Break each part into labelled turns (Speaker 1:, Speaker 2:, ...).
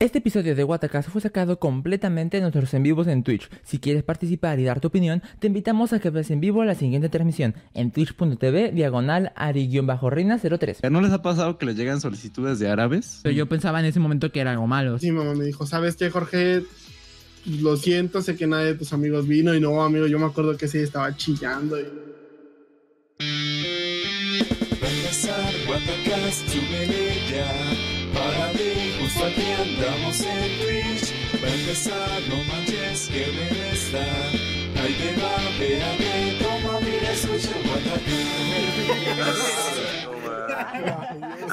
Speaker 1: Este episodio de Watakas fue sacado completamente de nuestros en vivos en Twitch. Si quieres participar y dar tu opinión, te invitamos a que veas en vivo la siguiente transmisión en twitch.tv diagonal ari-reina03.
Speaker 2: ¿Ya ¿No les ha pasado que les llegan solicitudes de árabes?
Speaker 3: Pero yo pensaba en ese momento que era algo malo.
Speaker 4: Sí, mamá me dijo, ¿sabes qué, Jorge? Lo siento, sé que nadie de tus amigos vino y no, amigo, yo me acuerdo que sí, estaba chillando. y-
Speaker 5: Regresar Guatacas, súbele ya Para ti, justo aquí andamos en Twitch Va a empezar, no manches, que bien está Ahí te va, ve a ver cómo mira, escucha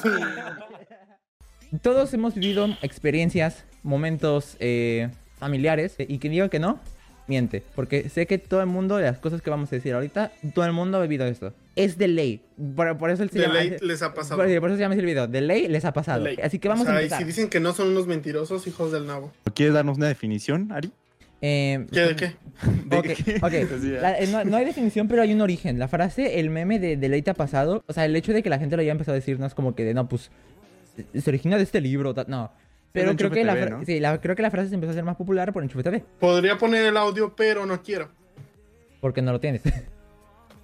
Speaker 5: Guatacas
Speaker 1: Todos hemos vivido experiencias, momentos eh, familiares y quien diga que no, miente. Porque sé que todo el mundo, las cosas que vamos a decir ahorita, todo el mundo ha vivido esto. Es de ley. Por, por eso el
Speaker 4: De ley les ha pasado.
Speaker 1: Por, por eso se llama el video. De ley les ha pasado.
Speaker 4: Ley.
Speaker 1: Así que vamos
Speaker 4: O sea,
Speaker 1: a
Speaker 4: y
Speaker 1: empezar.
Speaker 4: si dicen que no son unos mentirosos, hijos del nabo.
Speaker 2: ¿Quieres darnos una definición, Ari?
Speaker 1: Eh,
Speaker 4: ¿Qué de qué?
Speaker 2: ¿De
Speaker 1: ok,
Speaker 2: qué?
Speaker 1: ok.
Speaker 2: Así,
Speaker 1: La- eh, no, no hay definición, pero hay un origen. La frase, el meme de, de ley te ha pasado. O sea, el hecho de que la gente lo haya empezado a decir no es como que de no, pues se origina de este libro. ta- No. Pero
Speaker 2: en
Speaker 1: creo que, la
Speaker 2: TV,
Speaker 1: fra-
Speaker 2: ¿no?
Speaker 1: sí, la- creo que la frase se empezó a hacer más popular por Enchufe TV.
Speaker 4: Podría poner el audio, pero no quiero.
Speaker 1: Porque no lo tienes.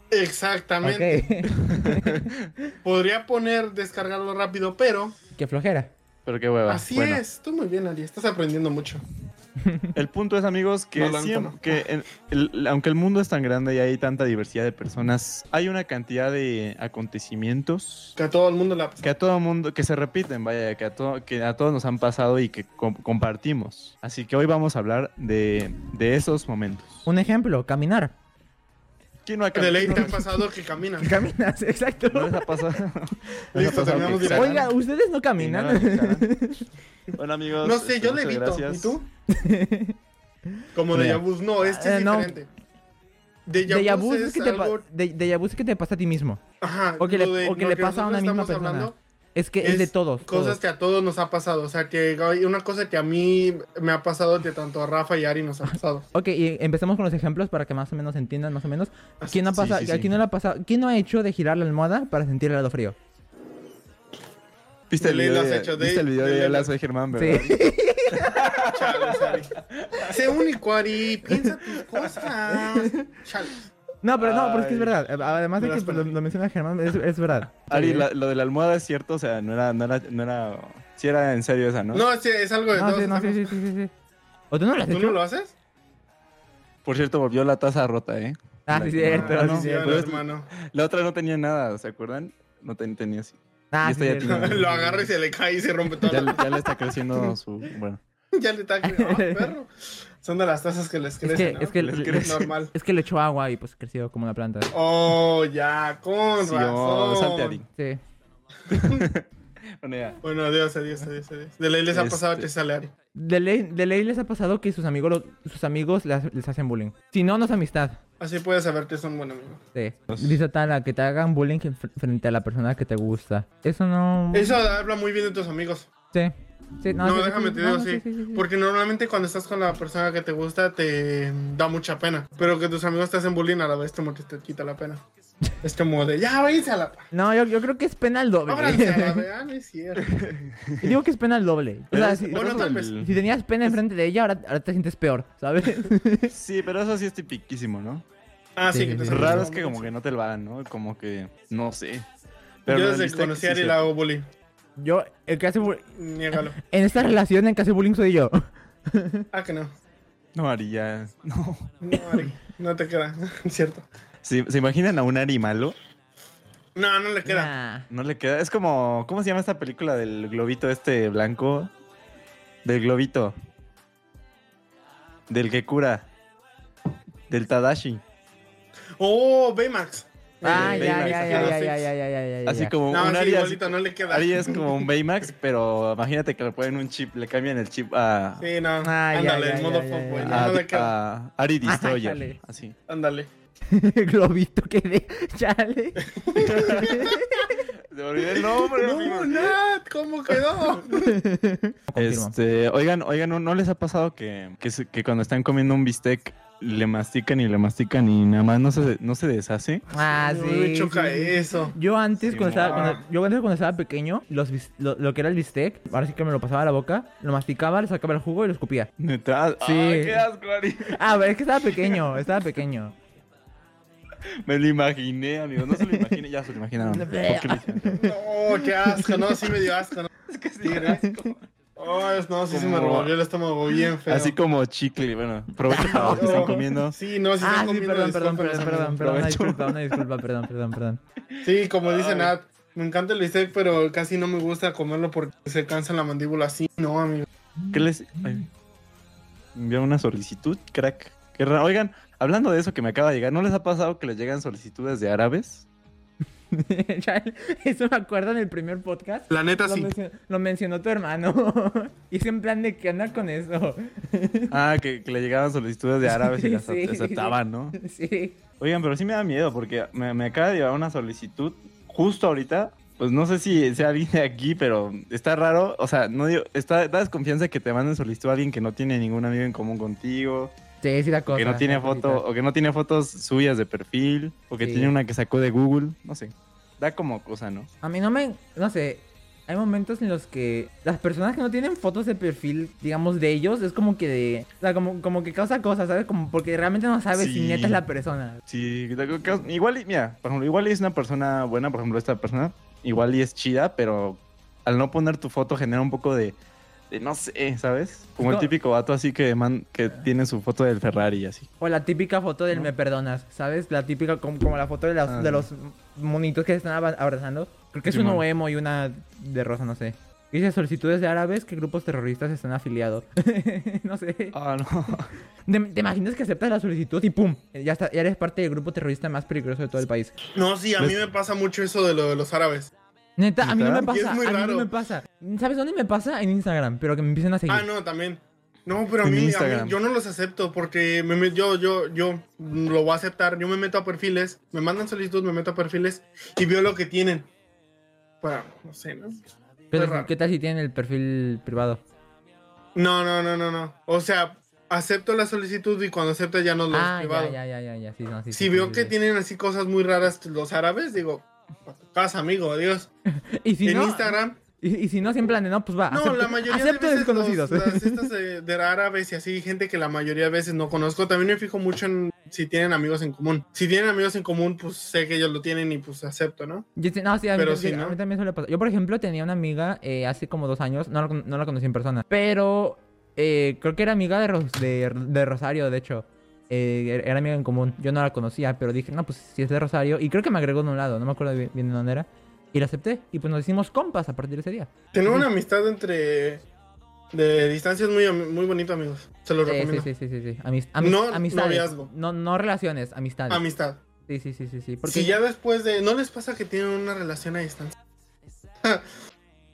Speaker 4: Exactamente.
Speaker 1: ok.
Speaker 4: Podría poner descargarlo rápido, pero
Speaker 1: Qué flojera.
Speaker 2: Pero qué hueva.
Speaker 4: así
Speaker 2: Ah, Bueno,
Speaker 4: es. Tú muy bien, Ali. Estás aprendiendo mucho.
Speaker 2: El punto es, amigos, que,
Speaker 4: No, la neta,
Speaker 2: siempre-
Speaker 4: no.
Speaker 2: que en- el- aunque el mundo es tan grande y hay tanta diversidad de personas, hay una cantidad de acontecimientos
Speaker 4: Que a todo el mundo la.
Speaker 2: que a todo mundo, que se repiten, vaya, que a, todo, que a todos nos han pasado y que com- compartimos. Así que hoy vamos a hablar de, de esos momentos.
Speaker 1: Un ejemplo, caminar.
Speaker 2: ¿Quién no ha
Speaker 4: De ley te ha
Speaker 2: caminado?
Speaker 4: pasado que caminas.
Speaker 1: Caminas, exacto.
Speaker 2: ¿No les ha pasado? ¿No les ha
Speaker 4: Listo,
Speaker 2: pasado
Speaker 4: terminamos
Speaker 2: que
Speaker 4: directo.
Speaker 1: Oiga, ¿ustedes no
Speaker 2: caminaron?
Speaker 1: caminan?
Speaker 2: Bueno, amigos. este,
Speaker 4: No sé, yo le
Speaker 2: muchas
Speaker 4: evito.
Speaker 2: gracias.
Speaker 4: ¿Y tú? Como de
Speaker 2: Mira.
Speaker 4: Yabus, no, este
Speaker 1: Eh,
Speaker 4: es
Speaker 1: no.
Speaker 4: diferente. De
Speaker 1: Déjà vu
Speaker 4: Yabus
Speaker 1: es
Speaker 4: es
Speaker 1: que te pa-
Speaker 4: algo.
Speaker 1: de- déjà vu es que te pasa a ti mismo.
Speaker 4: Ajá.
Speaker 1: o que le-
Speaker 4: lo de
Speaker 1: o que
Speaker 4: lo
Speaker 1: le pasa a una
Speaker 4: nosotros
Speaker 1: misma
Speaker 4: estamos
Speaker 1: persona. Es que es, de todos.
Speaker 4: Cosas
Speaker 1: todos.
Speaker 4: que a todos nos ha pasado. O sea, que hay una cosa que a mí me ha pasado, que tanto a Rafa y Ari nos ha pasado.
Speaker 1: Ok, y empecemos con los ejemplos para que más o menos entiendan más o menos. ¿Quién no,
Speaker 2: Sí,
Speaker 1: pasa,
Speaker 2: sí, sí.
Speaker 1: ¿a quién no, le ha pasado, ¿quién no ha hecho de girar la almohada para sentir el lado frío?
Speaker 2: ¿Viste el
Speaker 4: Dele
Speaker 2: video
Speaker 4: las
Speaker 2: de,
Speaker 4: hechas de-
Speaker 2: ¿viste el video de
Speaker 4: dele
Speaker 2: Hola,
Speaker 4: las-
Speaker 2: soy Germán, verdad?
Speaker 1: Sí.
Speaker 4: Chales, Ari. Sé único, Ari. Piensa tus cosas. Chales.
Speaker 1: No, pero no, pero es que es
Speaker 2: Ay.
Speaker 1: verdad. Eh, Además de
Speaker 4: Me
Speaker 1: que
Speaker 4: das
Speaker 1: lo,
Speaker 4: pena.
Speaker 1: lo menciona Germán, es, es verdad.
Speaker 2: Ari,
Speaker 1: Sí.
Speaker 2: la- lo de la almohada es cierto, o sea, no era, no era, no era, sí era en serio esa, ¿no?
Speaker 4: No, sí, es algo de
Speaker 1: No,
Speaker 4: todos
Speaker 1: sí, no, sí,
Speaker 4: estamos-
Speaker 1: sí, sí, sí, sí. ¿O tú no lo has
Speaker 4: ¿Tú
Speaker 1: hecho?
Speaker 4: no lo haces?
Speaker 2: Por cierto, volvió la taza rota, ¿eh?
Speaker 1: Ah, sí, cierto.
Speaker 2: Ah,
Speaker 1: sí, sí,
Speaker 2: no,
Speaker 1: pues. cierto.
Speaker 2: pero es-
Speaker 4: hermano.
Speaker 2: La otra no tenía nada, ¿se acuerdan? No ten- tenía así.
Speaker 1: Ah,
Speaker 2: y
Speaker 1: sí,
Speaker 2: esto ya
Speaker 1: cierto.
Speaker 2: tiene-
Speaker 4: Lo agarra y se le cae y se rompe todo.
Speaker 2: Ya, le- ya le está creciendo su, bueno.
Speaker 4: Ya le está cre- ah, perro. Son de las tazas que les
Speaker 1: que-
Speaker 4: crecen, ¿no?
Speaker 1: es que les
Speaker 4: es
Speaker 2: crece.
Speaker 4: normal.
Speaker 1: Es que le echó agua y pues creció como una planta.
Speaker 4: Oh, ya, con
Speaker 2: Sí, oh,
Speaker 4: razón.
Speaker 2: salte, Ari.
Speaker 1: Sí.
Speaker 2: Bueno, ya.
Speaker 4: Bueno, adiós, adiós, adiós, adiós. De ley les ha
Speaker 2: Este-
Speaker 4: pasado que sale Ari.
Speaker 1: De ley, de ley les ha pasado que sus amigos, lo- sus amigos las- les hacen bullying. Si no, no es amistad.
Speaker 4: Así puedes saber que son buen amigo.
Speaker 1: Sí. Dice Tala, que te hagan bullying en fr- frente a la persona que te gusta. Eso no...
Speaker 4: Eso habla muy bien de tus amigos.
Speaker 1: Sí. Ah, Sí,
Speaker 4: No,
Speaker 1: sí, sí,
Speaker 4: déjame
Speaker 1: sí.
Speaker 4: te
Speaker 1: No,
Speaker 4: digo
Speaker 1: no,
Speaker 4: así.
Speaker 1: sí, sí, sí.
Speaker 4: Porque normalmente cuando estás con la persona que te gusta te da mucha pena. Pero que tus amigos te hacen bullying a la vez como que te quita la pena. Es como de, ya, váyanse a la... pa-
Speaker 1: No, yo, yo creo que es pena el doble.
Speaker 4: Ábranse a la... Ah, no es cierto.
Speaker 1: Yo digo que es pena el doble. O sea, si,
Speaker 4: Bueno, tal vez.
Speaker 1: si tenías pena enfrente de ella, ahora, ahora te sientes peor, ¿sabes?
Speaker 2: Sí, pero eso sí es tipiquísimo, ¿no?
Speaker 4: Ah, sí,
Speaker 1: Sí,
Speaker 4: que te
Speaker 1: sí,
Speaker 4: hacen
Speaker 2: Raro
Speaker 4: bullying.
Speaker 2: es que como que no te lo hagan, ¿no? Como que, no sé. lo
Speaker 4: Yo desde
Speaker 2: del
Speaker 4: que
Speaker 2: bistec
Speaker 4: conocí
Speaker 2: sí
Speaker 4: a Ari
Speaker 2: es
Speaker 4: la
Speaker 2: cierto.
Speaker 4: hago bullying.
Speaker 1: Yo, el que hace bu-
Speaker 4: Niégalo.
Speaker 1: En esta relación, el que hace bullying soy yo.
Speaker 4: Ah, que no.
Speaker 2: No, Ari, ya. No.
Speaker 4: No, Ari, no te queda. cierto.
Speaker 2: ¿Se, se imaginan a un Ari malo?
Speaker 4: No, no le queda.
Speaker 1: Ah,
Speaker 2: No le queda. Es como. ¿Cómo se llama esta película del globito este blanco? Del globito. Del que cura. Del Tadashi.
Speaker 4: Oh, Baymax.
Speaker 1: Ah,
Speaker 2: Eh,
Speaker 1: ya, ya,
Speaker 2: Baymax,
Speaker 1: ya,
Speaker 2: ajá.
Speaker 1: ya, ya, ya, ya, ya, ya,
Speaker 2: Así
Speaker 1: ya.
Speaker 2: como
Speaker 4: No,
Speaker 2: un
Speaker 4: sí,
Speaker 2: Ari. así-
Speaker 4: igualito, no le queda.
Speaker 2: Ari es como un Baymax, pero imagínate que le ponen un chip, le cambian el chip a.
Speaker 4: Sí, no.
Speaker 1: Ah, ya,
Speaker 4: ándale,
Speaker 1: ya,
Speaker 4: en
Speaker 1: ya,
Speaker 4: modo
Speaker 1: ya,
Speaker 4: fuckboy.
Speaker 1: ya,
Speaker 4: No,
Speaker 2: a-
Speaker 4: no le queda.
Speaker 2: a Ari Destroyer.
Speaker 1: Ándale.
Speaker 2: así.
Speaker 4: Ándale.
Speaker 1: Globito que de. Chale.
Speaker 2: Se olvidé el nombre,
Speaker 4: No, Nat, ¿cómo quedó?
Speaker 1: Confirmo.
Speaker 2: Este, oigan, oigan, ¿no, no les ha pasado que, que, se- que cuando están comiendo un bistec le mastican y le mastican y nada más no se, no se deshace.
Speaker 1: Ah, sí.
Speaker 4: Uy, choca
Speaker 1: sí, sí.
Speaker 4: eso.
Speaker 1: Yo antes,
Speaker 2: Sí,
Speaker 1: cuando estaba,
Speaker 4: ma.
Speaker 1: cuando- yo antes cuando estaba pequeño, los bis- lo, lo que era el bistec, ahora sí que me lo pasaba a la boca, lo masticaba, le sacaba el jugo y lo escupía.
Speaker 2: Neta. ah, Sí.
Speaker 1: Sí.
Speaker 2: qué asco, Ari.
Speaker 1: Ah, pero es que estaba pequeño, estaba pequeño.
Speaker 2: Me lo imaginé, amigo. No se lo imaginé, ya se lo imaginaron. ¿Por qué lo hicieron?
Speaker 4: No, qué asco, no, sí me dio asco. No,
Speaker 2: Es que sí, era asco.
Speaker 4: Oh, es- no sí se me
Speaker 2: Como-
Speaker 4: revolvió el estómago bien feo.
Speaker 2: Así como chicle, bueno, provecho para los que están comiendo.
Speaker 4: Sí, no, sí
Speaker 1: Ah,
Speaker 4: están
Speaker 1: sí,
Speaker 4: comiendo,
Speaker 1: perdón, perdón,
Speaker 4: disculpen,
Speaker 1: perdón, perdón,
Speaker 4: amigos.
Speaker 1: perdón, una
Speaker 2: Aprovecho.
Speaker 1: disculpa, una disculpa, perdón, perdón, perdón.
Speaker 4: Sí, como dice
Speaker 2: Ay.
Speaker 4: Nat, me encanta el bistec, pero casi no me gusta comerlo porque se cansa la mandíbula así, no, amigo.
Speaker 2: ¿Qué les ay, envió una solicitud, crack? Qué raro. Oigan, hablando de eso que me acaba de llegar, ¿no les ha pasado que les llegan solicitudes de árabes?
Speaker 1: Chale, Eso me acuerdo en el primer podcast.
Speaker 4: La neta
Speaker 1: Lo,
Speaker 4: sí.
Speaker 1: mencio- lo mencionó tu hermano. y es en plan de que anda con eso.
Speaker 2: Ah, que, que le llegaban solicitudes de árabes y las
Speaker 1: Sí.
Speaker 2: aceptaban, ¿no?
Speaker 1: Sí.
Speaker 2: Oigan, pero sí me da miedo porque me, me acaba de llegar una solicitud justo ahorita. Pues no sé si sea alguien de aquí, pero está raro. O sea, no digo, está, da desconfianza que te manden solicitud a alguien que no tiene ningún amigo en común contigo,
Speaker 1: Sí, sí la cosa.
Speaker 2: que no tiene
Speaker 1: la cosita.
Speaker 2: foto, o que no tiene fotos suyas de perfil, o que
Speaker 1: Sí.
Speaker 2: tiene una que sacó de Google, no sé. Da como cosa, ¿no?
Speaker 1: A mí no me... No sé. Hay momentos en los que las personas que no tienen fotos de perfil, digamos, de ellos, es como que de... O sea, como, como que causa cosas, ¿sabes? Como porque realmente no sabes si
Speaker 2: Sí.
Speaker 1: neta es la persona.
Speaker 2: Sí, da como cosa- igual, y- mira, por ejemplo, igual y es una persona buena, por ejemplo, esta persona, igual y es chida, pero al no poner tu foto genera un poco de, de no sé, ¿sabes? Como el
Speaker 1: No.
Speaker 2: típico vato así que man, que tiene su foto del Ferrari y así.
Speaker 1: O la típica foto del
Speaker 2: No.
Speaker 1: me perdonas, ¿sabes? La típica, como, como la foto de, las-
Speaker 2: Ah,
Speaker 1: de
Speaker 2: sí.
Speaker 1: los monitos que se están abra- abrazando. Creo que es uno
Speaker 2: Simón.
Speaker 1: emo y una de rosa, no sé. Dice solicitudes de árabes que grupos terroristas están afiliados. no sé.
Speaker 2: Ah, no.
Speaker 1: ¿Te, te imaginas que aceptas la solicitud y pum? Ya, está, ya eres parte del grupo terrorista más peligroso de todo el país.
Speaker 4: No, sí, a mí me pasa mucho eso de lo de los árabes.
Speaker 1: Neta, a mí no me
Speaker 2: ¿Neta?
Speaker 1: pasa.
Speaker 4: Es
Speaker 1: A mí
Speaker 4: muy
Speaker 1: no
Speaker 4: raro.
Speaker 1: me pasa. ¿Sabes dónde me pasa? En Instagram, pero que me empiecen a seguir.
Speaker 4: Ah, no, también. No, pero a
Speaker 2: En
Speaker 4: mí, a
Speaker 2: Instagram.
Speaker 4: mí- yo no los acepto porque me met- yo, yo, yo mm, lo voy a aceptar. Yo me meto a perfiles, me mandan solicitud, me meto a perfiles y veo lo que tienen. Para, no sé, ¿no?
Speaker 1: ¿Qué,
Speaker 4: muy
Speaker 1: tal,
Speaker 4: raro.
Speaker 1: qué tal si tienen el perfil privado?
Speaker 4: No, no, no, no, no. O sea, acepto la solicitud y cuando acepta ya no lo
Speaker 1: ah,
Speaker 4: privado.
Speaker 1: ya, ya, ya, ya, ya. Sí, no, sí,
Speaker 4: Si
Speaker 1: sí,
Speaker 4: veo
Speaker 1: sí,
Speaker 4: que
Speaker 1: sí.
Speaker 4: tienen así cosas muy raras los árabes, digo, "Pa' tu casa, amigo, adiós.
Speaker 1: Y si
Speaker 4: en
Speaker 1: no,
Speaker 4: Instagram,
Speaker 1: Y, y si no, si en plan de no, pues va.
Speaker 4: no,
Speaker 1: acepto-
Speaker 4: la mayoría
Speaker 1: acepto
Speaker 4: de veces los-
Speaker 1: desconocidos.
Speaker 4: las este, estas de, de árabes y así, gente que la mayoría de veces no conozco. También me fijo mucho en si tienen amigos en común. Si tienen amigos en común, pues sé que ellos lo tienen y pues acepto, ¿no?
Speaker 1: Yo sí- no, sí, a mí,
Speaker 4: Pero
Speaker 1: también-
Speaker 4: sí, ¿no?
Speaker 1: a mí también suele pasar. Yo, por ejemplo, tenía una amiga eh, hace como dos años, no la, con- no la conocí en persona, pero eh, creo que era amiga de, Ros- de, de Rosario, de hecho. Eh, era amiga en común, yo no la conocía, pero dije, no, pues si es de Rosario, y creo que me agregó en un lado, no me acuerdo bien, bien de dónde era, y la acepté, y pues nos hicimos compas a partir de ese día.
Speaker 4: Tener una amistad entre de distancias muy, am- muy bonito, amigos. Se los
Speaker 1: Eh, sí,
Speaker 4: recomiendo.
Speaker 1: sí, sí, sí, sí. Amis- amis-
Speaker 4: No
Speaker 1: amistades.
Speaker 4: noviazgo.
Speaker 1: No, no relaciones, amistades.
Speaker 4: Amistad.
Speaker 1: sí, sí, sí, sí, sí. Porque
Speaker 4: Si ya después de. ¿No les pasa que tienen una relación a distancia?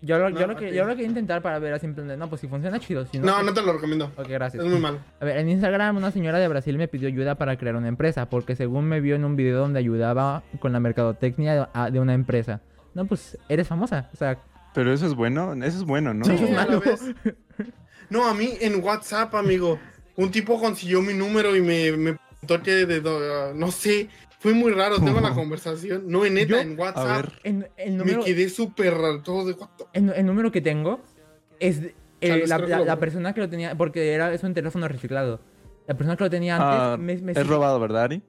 Speaker 1: yo, lo, yo,
Speaker 4: No,
Speaker 1: lo que,
Speaker 4: ok.
Speaker 1: yo lo que intentar para ver así en plan de, no, pues si funciona chido, si no...
Speaker 4: No,
Speaker 1: pues-
Speaker 4: no te lo recomiendo.
Speaker 1: Ok, gracias.
Speaker 4: Es muy malo.
Speaker 1: A ver, en Instagram una señora de Brasil me pidió ayuda para crear una empresa, porque según me vio en un video donde ayudaba con la mercadotecnia de- a- de una empresa. No, pues eres famosa, o sea,
Speaker 2: Pero eso es bueno, eso es bueno, ¿no?
Speaker 4: Sí,
Speaker 1: eso es
Speaker 4: a la
Speaker 1: malo.
Speaker 4: vez. No, a mí en WhatsApp, amigo. Un tipo consiguió mi número y me, me preguntó que de do- ah, no sé. Fue muy raro, tengo la conversación. No, en neta,
Speaker 1: Yo-
Speaker 4: en
Speaker 2: A
Speaker 4: WhatsApp.
Speaker 2: ver,
Speaker 1: en- el,
Speaker 4: Me
Speaker 1: número,
Speaker 4: quedé súper raro. Todo de what the-
Speaker 1: el, el número que tengo es de- eh,
Speaker 4: Carlos,
Speaker 1: la,
Speaker 4: creo que
Speaker 1: la-
Speaker 4: lo
Speaker 1: la
Speaker 4: borré.
Speaker 1: persona que lo tenía, porque era, es un teléfono reciclado. La persona que lo tenía antes
Speaker 2: Ah,
Speaker 1: me, me-
Speaker 2: es robado, ¿verdad, Ari?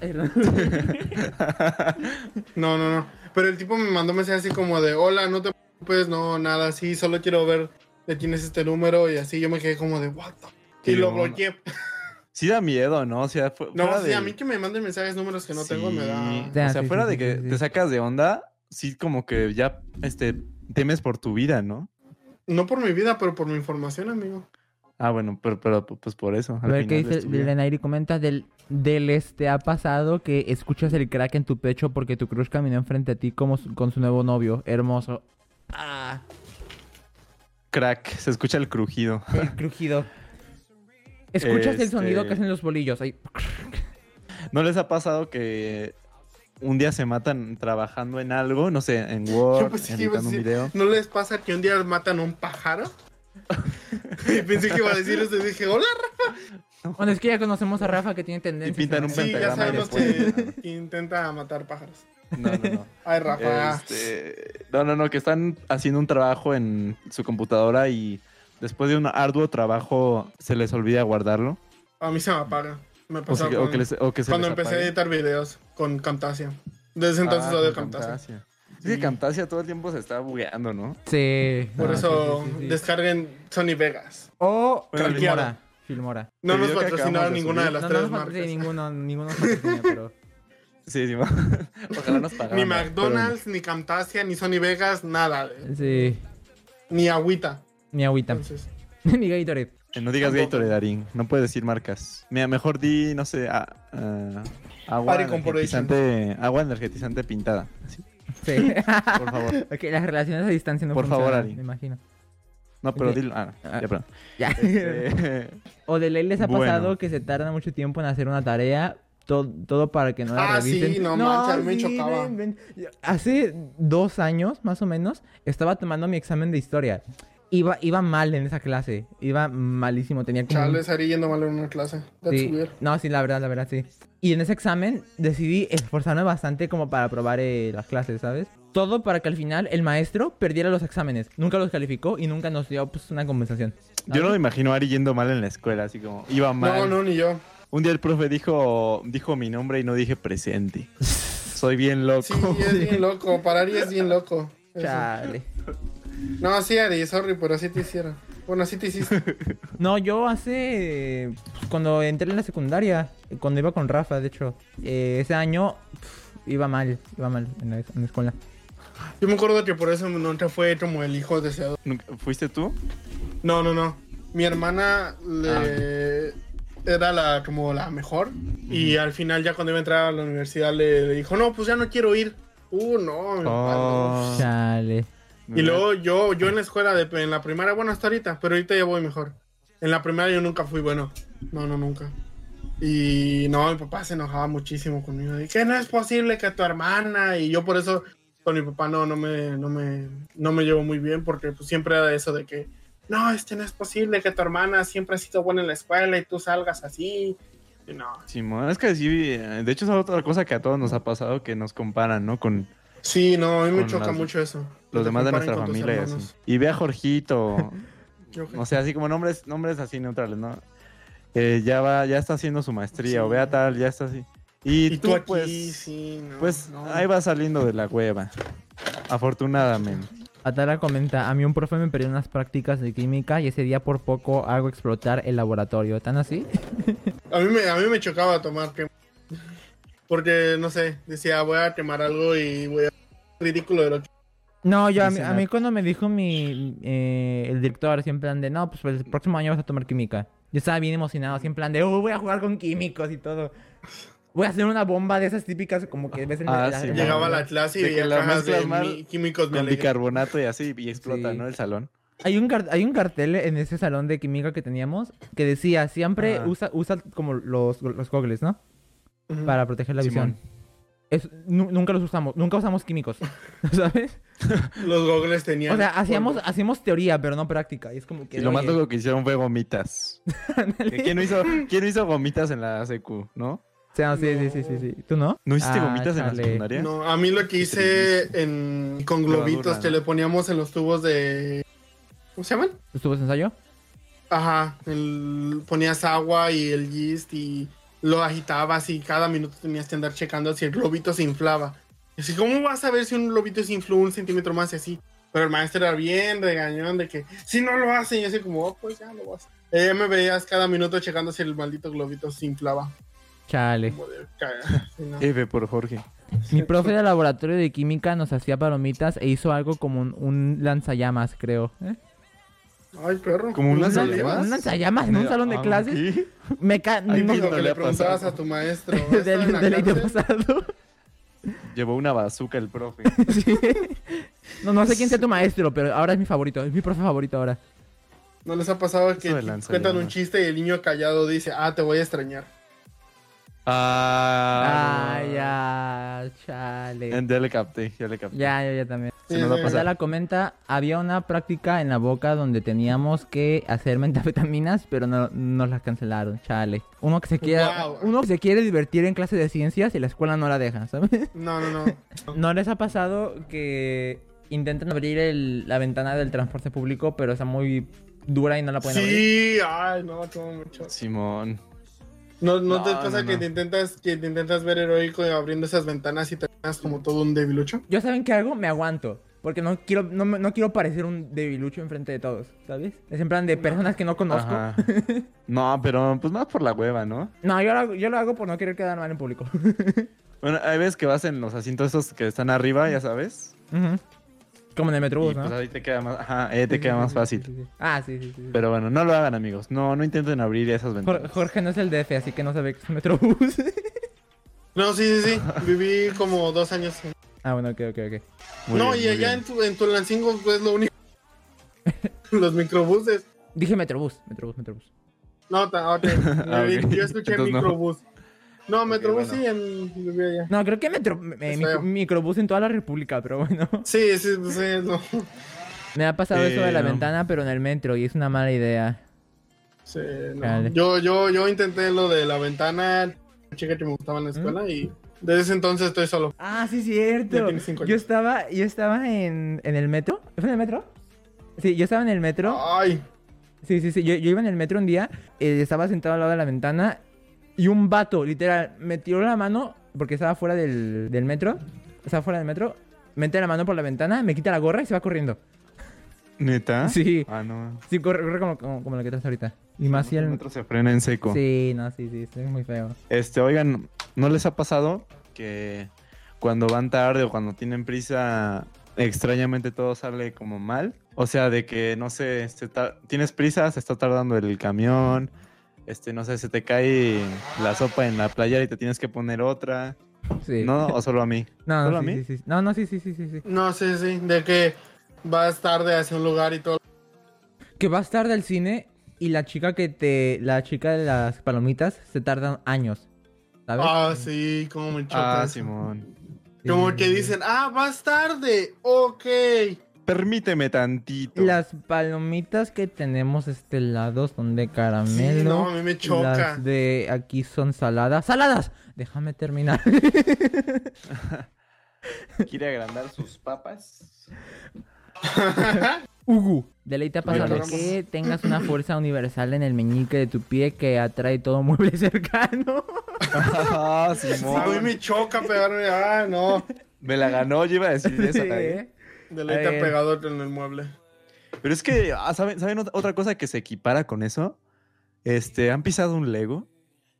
Speaker 4: No, no, no. Pero el tipo me mandó mensaje así como de: Hola, no te preocupes, no, nada, así. Solo quiero ver de quién es este número. Y así yo me quedé como de: What the-
Speaker 2: Qué
Speaker 4: Y lo
Speaker 2: onda.
Speaker 4: bloqueé.
Speaker 2: Sí da miedo, ¿no? O sea, fu-
Speaker 4: No,
Speaker 2: fuera
Speaker 4: sí,
Speaker 2: de...
Speaker 4: a mí que me manden mensajes, números que no tengo,
Speaker 2: Sí.
Speaker 4: me da. Ah,
Speaker 1: Ya,
Speaker 2: O sea,
Speaker 1: sí,
Speaker 2: fuera
Speaker 1: sí,
Speaker 2: de
Speaker 1: sí,
Speaker 2: que
Speaker 1: sí, sí.
Speaker 2: te sacas de onda, sí como que ya este temes por tu vida, ¿no?
Speaker 4: No por mi vida, pero por mi información, amigo.
Speaker 2: Ah, bueno, pero, pero pues por eso.
Speaker 1: A
Speaker 2: al
Speaker 1: ver qué
Speaker 2: final es
Speaker 1: dice
Speaker 2: tu vida.
Speaker 1: Lenairi, comenta del, del este ha pasado que escuchas el crack en tu pecho porque tu crush caminó enfrente a ti como su- con su nuevo novio, hermoso. Ah,
Speaker 2: Crack, se escucha el crujido.
Speaker 1: el crujido. Escuchas el sonido que
Speaker 2: Este-
Speaker 1: hacen los bolillos. Ahí.
Speaker 2: ¿No les ha pasado que un día se matan trabajando en algo? No sé, en Word,
Speaker 4: Yo pues, pensé que iba a
Speaker 2: editando un
Speaker 4: decir,
Speaker 2: video.
Speaker 4: ¿No les pasa que un día matan a un pájaro? y pensé que iba a decir eso y dije, hola, Rafa.
Speaker 1: Bueno, es que ya conocemos a Rafa que tiene tendencia.
Speaker 2: Y pintan un
Speaker 4: Sí, ya
Speaker 2: pentagrama
Speaker 4: sabemos
Speaker 2: y después-
Speaker 4: que intenta matar pájaros.
Speaker 2: No, no, no.
Speaker 4: Ay, Rafa.
Speaker 2: Este, no, no, no, que están haciendo un trabajo en su computadora y después de un arduo trabajo se les olvida guardarlo.
Speaker 4: A mí se me apaga. Me
Speaker 2: O,
Speaker 4: pasó
Speaker 2: se- o que, les- o que se
Speaker 4: cuando
Speaker 2: les
Speaker 4: empecé a
Speaker 2: apague.
Speaker 4: editar videos con Camtasia. Desde entonces
Speaker 2: Ah,
Speaker 4: odio
Speaker 2: con
Speaker 4: Camtasia.
Speaker 2: Camtasia. Es que
Speaker 4: Sí.
Speaker 2: Camtasia todo el tiempo se está bugueando, ¿no?
Speaker 1: Sí.
Speaker 4: Por
Speaker 1: Ah,
Speaker 4: eso
Speaker 1: sí, sí, sí, sí.
Speaker 4: descarguen Sony Vegas.
Speaker 1: O
Speaker 2: Bueno,
Speaker 1: Filmora. Filmora.
Speaker 4: No
Speaker 2: El
Speaker 4: nos
Speaker 2: video que
Speaker 4: patrocinaron
Speaker 2: acabamos de
Speaker 4: ninguna de
Speaker 2: subir.
Speaker 4: las
Speaker 1: no,
Speaker 4: tres
Speaker 1: no, no,
Speaker 4: marcas.
Speaker 1: sí, ninguno, ninguno nos patrocina, pero.
Speaker 2: Sí, sí. Ojalá nos pagaran.
Speaker 4: Ni
Speaker 2: ¿no?
Speaker 4: McDonald's, ni Camtasia, ni Sony Vegas, nada.
Speaker 1: Sí.
Speaker 4: Ni agüita.
Speaker 1: Ni agüita.
Speaker 4: Entonces,
Speaker 1: Ni Gatorade.
Speaker 2: Pero, eh, no digas
Speaker 4: Tampoco.
Speaker 2: Gatorade, Darín. No puedes decir marcas. Mira, mejor di, no sé, a- ah, agua,
Speaker 4: Party Corporation.
Speaker 2: energizante, agua energizante pintada. Sí,
Speaker 1: Sí.
Speaker 2: por favor.
Speaker 1: ok, las relaciones a distancia no
Speaker 2: Por favor,
Speaker 1: funcionan,
Speaker 2: Ari.
Speaker 1: Me imagino.
Speaker 2: No, pero
Speaker 1: Ok.
Speaker 2: dilo. Ah,
Speaker 1: Ah.
Speaker 2: ya, perdón.
Speaker 1: Ya.
Speaker 2: Este,
Speaker 1: O de ley les ha
Speaker 2: Bueno.
Speaker 1: pasado que se tarda mucho tiempo en hacer una tarea, to- todo para que no la
Speaker 4: Ah, sí,
Speaker 1: revisen.
Speaker 4: no manches, a mí me chocaba.
Speaker 1: ven, ven. Yo- Hace dos años, más o menos, estaba tomando mi examen de historia. Iba, iba mal en esa clase, iba malísimo, tenía como... un-
Speaker 4: Charles Ari yendo mal en una clase. That's
Speaker 1: Sí.
Speaker 4: weird.
Speaker 1: No, sí, la verdad, la verdad, sí. Y en ese examen decidí esforzarme bastante como para aprobar eh, las clases, ¿sabes? Todo para que al final el maestro perdiera los exámenes. Nunca los calificó y nunca nos dio pues, una compensación.
Speaker 2: yo no me imagino a Ari yendo mal en la escuela, así como iba mal.
Speaker 4: No, no, ni yo.
Speaker 2: Un día el profe dijo, dijo mi nombre y no dije presente. Soy bien loco.
Speaker 4: Sí, es bien loco. Para Ari es bien loco. Eso.
Speaker 1: Chale.
Speaker 4: No, sí, Ari, sorry, pero así te hicieron. Bueno, así te hiciste.
Speaker 1: No, yo hace. pues, cuando entré en la secundaria, cuando iba con Rafa, de hecho, eh, ese año pf, iba mal, iba mal en la, en la escuela.
Speaker 4: Yo me acuerdo que por eso no te fue como el hijo deseado.
Speaker 2: Nunca- ¿Fuiste tú?
Speaker 4: No, no, no. Mi hermana le- era la como la mejor. Y al final, ya cuando iba a entrar a la universidad, le, le dijo, no, pues ya no quiero ir. Uh, no, mi padre.
Speaker 2: Oh.
Speaker 1: Chale.
Speaker 4: Y luego yo, yo en la escuela, de, en la primaria, bueno, hasta ahorita, pero ahorita ya voy mejor. En la primaria yo nunca fui bueno. No, no, nunca. Y no, mi papá se enojaba muchísimo conmigo. De que no es posible que tu hermana. Y yo por eso con mi papá no, no me, no me, no me llevo muy bien, porque pues, siempre era eso de que, no, este no es posible que tu hermana siempre ha sido buena en la escuela y tú salgas así. Y no.
Speaker 2: Simón, es que sí, eh, de hecho es otra cosa que a todos nos ha pasado que nos comparan, ¿no? Con
Speaker 4: Sí, no, a mí me
Speaker 2: Con
Speaker 4: choca
Speaker 2: las-
Speaker 4: mucho eso.
Speaker 2: los
Speaker 4: Te
Speaker 2: demás de
Speaker 4: comparan
Speaker 2: nuestra
Speaker 4: con tus
Speaker 2: familia y así.
Speaker 4: hermanos.
Speaker 2: Y ve a Jorgito,
Speaker 4: Yo-
Speaker 2: o sea, así como nombres, nombres así neutrales, ¿no? Eh, ya va, ya está haciendo su maestría,
Speaker 4: Sí.
Speaker 2: o ve a tal, ya está así. Y,
Speaker 4: Y
Speaker 2: tú,
Speaker 4: tú aquí,
Speaker 2: pues,
Speaker 4: sí, no,
Speaker 2: pues
Speaker 4: no.
Speaker 2: ahí va saliendo de la cueva, afortunadamente.
Speaker 4: Pues
Speaker 1: Atara comenta: A mí un profe me perdió unas prácticas de química y ese día por poco hago explotar el laboratorio. ¿Tan así?
Speaker 4: A mí me, a mí me chocaba tomar quem- Porque, no sé, decía, voy a quemar algo y voy a... Ridículo de lo que...
Speaker 1: No, yo a mí,
Speaker 2: Dicen
Speaker 1: a
Speaker 2: a-
Speaker 1: mí cuando me dijo mi eh, el director, así en plan de: No, pues el próximo año vas a tomar química. Yo estaba bien emocionado, así en plan de: Oh, voy a jugar con químicos y todo. Voy a hacer una bomba de esas típicas, como que ves en
Speaker 2: Ah,
Speaker 1: la-
Speaker 2: sí,
Speaker 1: en
Speaker 4: Llegaba a la clase y
Speaker 2: De que
Speaker 4: veía
Speaker 2: la
Speaker 4: cajas de
Speaker 2: mezclas mal
Speaker 4: mi- químicos
Speaker 2: Con
Speaker 4: biológicos.
Speaker 2: bicarbonato y así, y explota,
Speaker 1: Sí.
Speaker 2: ¿no? El salón.
Speaker 1: Hay un, car- hay un cartel en ese salón de química que teníamos que decía, siempre
Speaker 2: Ah.
Speaker 1: usa, usa como los, los goggles, ¿no?
Speaker 4: Ujú.
Speaker 1: Para proteger la
Speaker 2: Simón.
Speaker 1: visión. Es- nu- nunca los usamos, nunca usamos químicos, ¿sabes?
Speaker 4: Los gogles tenían...
Speaker 1: O sea, hacíamos,
Speaker 4: polvo.
Speaker 1: hacíamos teoría, pero no práctica. Y es como que...
Speaker 2: Y lo más
Speaker 1: oye,
Speaker 2: loco que hicieron fue gomitas. Que ¿Quién no hizo, quién no hizo gomitas en la secu, no?
Speaker 1: o sea, sí, sí, sí, sí, sí. ¿Tú no?
Speaker 2: ¿No hiciste
Speaker 1: Ah,
Speaker 2: gomitas en la
Speaker 1: chale.
Speaker 2: secundaria?
Speaker 4: No, a mí lo que hice en... con
Speaker 2: Levadura,
Speaker 4: globitos que
Speaker 2: ¿no?
Speaker 4: le poníamos en los tubos de... ¿Cómo se llaman?
Speaker 1: ¿Tú tuviste ensayo?
Speaker 4: Ajá, el- ponías agua y el yeast y lo agitabas y cada minuto tenías que andar checando si el globito se inflaba. Y Así, ¿cómo vas a ver si un globito se infló un centímetro más y así? Pero el maestro era bien regañón de que si no lo hacen, y así como, "Oh, pues ya lo vas. Ella me veías cada minuto checando si el maldito globito se inflaba.
Speaker 1: Chale.
Speaker 4: Como de caga, sí, no.
Speaker 2: F por Jorge.
Speaker 1: Mi profe de laboratorio de química nos hacía palomitas e hizo algo como un, un lanzallamas, creo. ¿Eh?
Speaker 4: Ay, perro.
Speaker 2: ¿Como un
Speaker 4: ¿No
Speaker 2: lanzallamas?
Speaker 4: le vas?
Speaker 1: Un lanzallamas en un salón de
Speaker 2: Ah,
Speaker 1: clases.
Speaker 2: ¿sí?
Speaker 1: Me ca...
Speaker 2: Ay,
Speaker 1: no-
Speaker 2: qué
Speaker 4: pues, Lo que
Speaker 2: No le
Speaker 4: le
Speaker 2: ha
Speaker 4: preguntabas
Speaker 2: pasado.
Speaker 4: a tu maestro.
Speaker 1: del,
Speaker 4: ¿está en la
Speaker 1: del año
Speaker 4: cárcel?
Speaker 1: pasado.
Speaker 2: Llevó una bazooka el profe.
Speaker 1: Sí. No, no sé quién sea tu maestro, pero ahora es mi favorito. Es mi profe favorito ahora.
Speaker 4: ¿No les ha pasado que
Speaker 2: Eso de
Speaker 4: cuentan
Speaker 2: lanzallamas.
Speaker 4: un chiste y el niño callado dice, ah, te voy a extrañar?
Speaker 2: Ah,
Speaker 1: Ay, ya, chale. Ah.
Speaker 2: Ya le capté, ya le capté.
Speaker 1: Ya, yo ya también.
Speaker 2: Se nos va a pasar.
Speaker 1: Mandala comenta, había una práctica en la boca donde teníamos que hacer metafetaminas, pero no nos las cancelaron, chale. Uno que se quiere,
Speaker 4: Guau.
Speaker 1: uno que se quiere divertir en clase de ciencias y la escuela no la deja, ¿sabes?
Speaker 4: No, no, no.
Speaker 1: ¿No les ha pasado que intentan abrir el- la ventana del transporte público, pero está muy dura y no la pueden abrir?
Speaker 4: Sí, ay, no, todo mucho.
Speaker 2: Simón.
Speaker 4: ¿No, no,
Speaker 2: No,
Speaker 4: te pasa
Speaker 2: no,
Speaker 4: que,
Speaker 2: no.
Speaker 4: Te intentas, que te intentas ver heroico abriendo esas ventanas y terminas como todo un debilucho?
Speaker 1: Yo saben que algo me aguanto. Porque no quiero, no, me- no quiero parecer un debilucho enfrente de todos, ¿sabes? Es en plan de personas que no conozco.
Speaker 2: Ajá. No, pero pues más por la hueva, ¿no?
Speaker 1: No, yo lo, hago- yo lo hago por no querer quedar mal en público.
Speaker 2: Bueno, hay veces que vas en los asientos esos que están arriba, ya sabes.
Speaker 1: Ujú. Como en el
Speaker 2: Y
Speaker 1: Metrobús, ¿no?
Speaker 2: pues ahí te queda más, ajá, ahí te queda
Speaker 1: Sí, sí,
Speaker 2: más
Speaker 1: sí, sí,
Speaker 2: fácil.
Speaker 1: sí, sí. Ah, sí, sí, sí. sí.
Speaker 2: Pero bueno, no lo hagan, amigos. No, no intenten abrir
Speaker 1: Jor-
Speaker 2: esas ventanas.
Speaker 1: Jorge no es el DF, así que no sabe que es un Metrobús.
Speaker 4: No, sí, sí, sí. Viví como dos años.
Speaker 1: ah, bueno, ok, ok, ok.
Speaker 2: Muy
Speaker 4: no,
Speaker 2: bien,
Speaker 4: y
Speaker 2: muy
Speaker 4: allá
Speaker 2: bien.
Speaker 4: en, tu, en Tulancingo es lo único. Los microbuses.
Speaker 1: Dije Metrobús, Metrobús, Metrobús.
Speaker 4: No, ta- ok.
Speaker 2: Ah, ok.
Speaker 4: Yo escuché
Speaker 2: Entonces no.
Speaker 4: microbús. No,
Speaker 2: Ok,
Speaker 4: Metrobús
Speaker 2: bueno.
Speaker 4: sí, en, viví allá.
Speaker 1: No, creo que metro, me- me-
Speaker 4: Es
Speaker 1: micro-
Speaker 4: feo.
Speaker 1: microbús en toda la república, pero bueno.
Speaker 4: Sí, sí, pues sí, no.
Speaker 1: Me ha pasado eso de la
Speaker 2: Eh,
Speaker 1: ventana, pero en el metro, y es una mala idea.
Speaker 4: Sí, no.
Speaker 1: Dale.
Speaker 4: Yo, yo, yo intenté lo de la ventana, la chica que me
Speaker 2: ¿Mm?
Speaker 4: gustaba en la escuela y desde ese entonces estoy solo.
Speaker 1: Ah, sí,
Speaker 4: Ya
Speaker 1: cierto.
Speaker 4: tiene cinco
Speaker 1: Yo
Speaker 4: años.
Speaker 1: estaba, yo estaba en, en el metro. ¿Fue en el metro? Sí, yo estaba en el metro.
Speaker 2: Ah.
Speaker 4: Ay,
Speaker 1: Sí, sí, sí. Yo, yo iba en el metro un día, eh, estaba sentado al lado de la ventana y un vato, literal, me tiró la mano porque estaba fuera del, del metro. Estaba fuera del metro, mete la mano por la ventana, me quita la gorra y se va corriendo.
Speaker 2: ¿Neta?
Speaker 1: Sí,
Speaker 2: Ah, no.
Speaker 1: sí, corre, corre como, como, como lo que traes ahorita. Y más si
Speaker 2: el
Speaker 1: el.
Speaker 2: metro se frena en seco.
Speaker 1: Sí, no, sí, sí, sí, es muy feo.
Speaker 2: Este, oigan, ¿no les ha pasado que cuando van tarde o cuando tienen prisa, extrañamente todo sale como mal? O sea, de que, no sé, se tar- tienes prisa, se está tardando el camión, este, no sé, se te cae la sopa en la playa y te tienes que poner otra.
Speaker 1: Sí.
Speaker 2: ¿No? ¿O solo a mí?
Speaker 1: no,
Speaker 2: ¿Solo
Speaker 1: no,
Speaker 2: a mí?
Speaker 1: sí, sí, sí. No, no, sí, sí, sí, sí, sí.
Speaker 4: no sé, sí, de que vas tarde hacia un lugar y todo.
Speaker 1: Que vas tarde al cine y la chica que te. La chica de las palomitas se tardan años. ¿Sabes?
Speaker 4: Ah, sí, como me choca.
Speaker 2: Ah,
Speaker 4: eso.
Speaker 2: Simón.
Speaker 1: Sí,
Speaker 4: Como
Speaker 1: sí,
Speaker 4: que
Speaker 1: sí.
Speaker 4: dicen, ah, vas tarde, ok.
Speaker 2: Permíteme tantito.
Speaker 1: Las palomitas que tenemos este lado son de caramelo.
Speaker 4: Sí, no, a mí me choca.
Speaker 1: Las de aquí son saladas. ¡Saladas! Déjame terminar.
Speaker 2: Quiere agrandar sus papas.
Speaker 1: Ugu. De ley te ha pasado
Speaker 2: Violamos.
Speaker 1: que tengas una fuerza universal en el meñique de tu pie que atrae todo mueble cercano.
Speaker 2: Ah,
Speaker 4: A mí
Speaker 2: Simón.
Speaker 4: me choca pegarme, ah, no.
Speaker 2: Me la ganó, yo iba a decir
Speaker 1: Sí,
Speaker 2: eso.
Speaker 1: ¿eh?
Speaker 4: De
Speaker 1: A
Speaker 4: ley te ha
Speaker 1: ver.
Speaker 4: pegado en el mueble.
Speaker 2: Pero es que, ah, ¿saben, ¿saben ot- otra cosa que se equipara con eso? Este, ¿han pisado un Lego?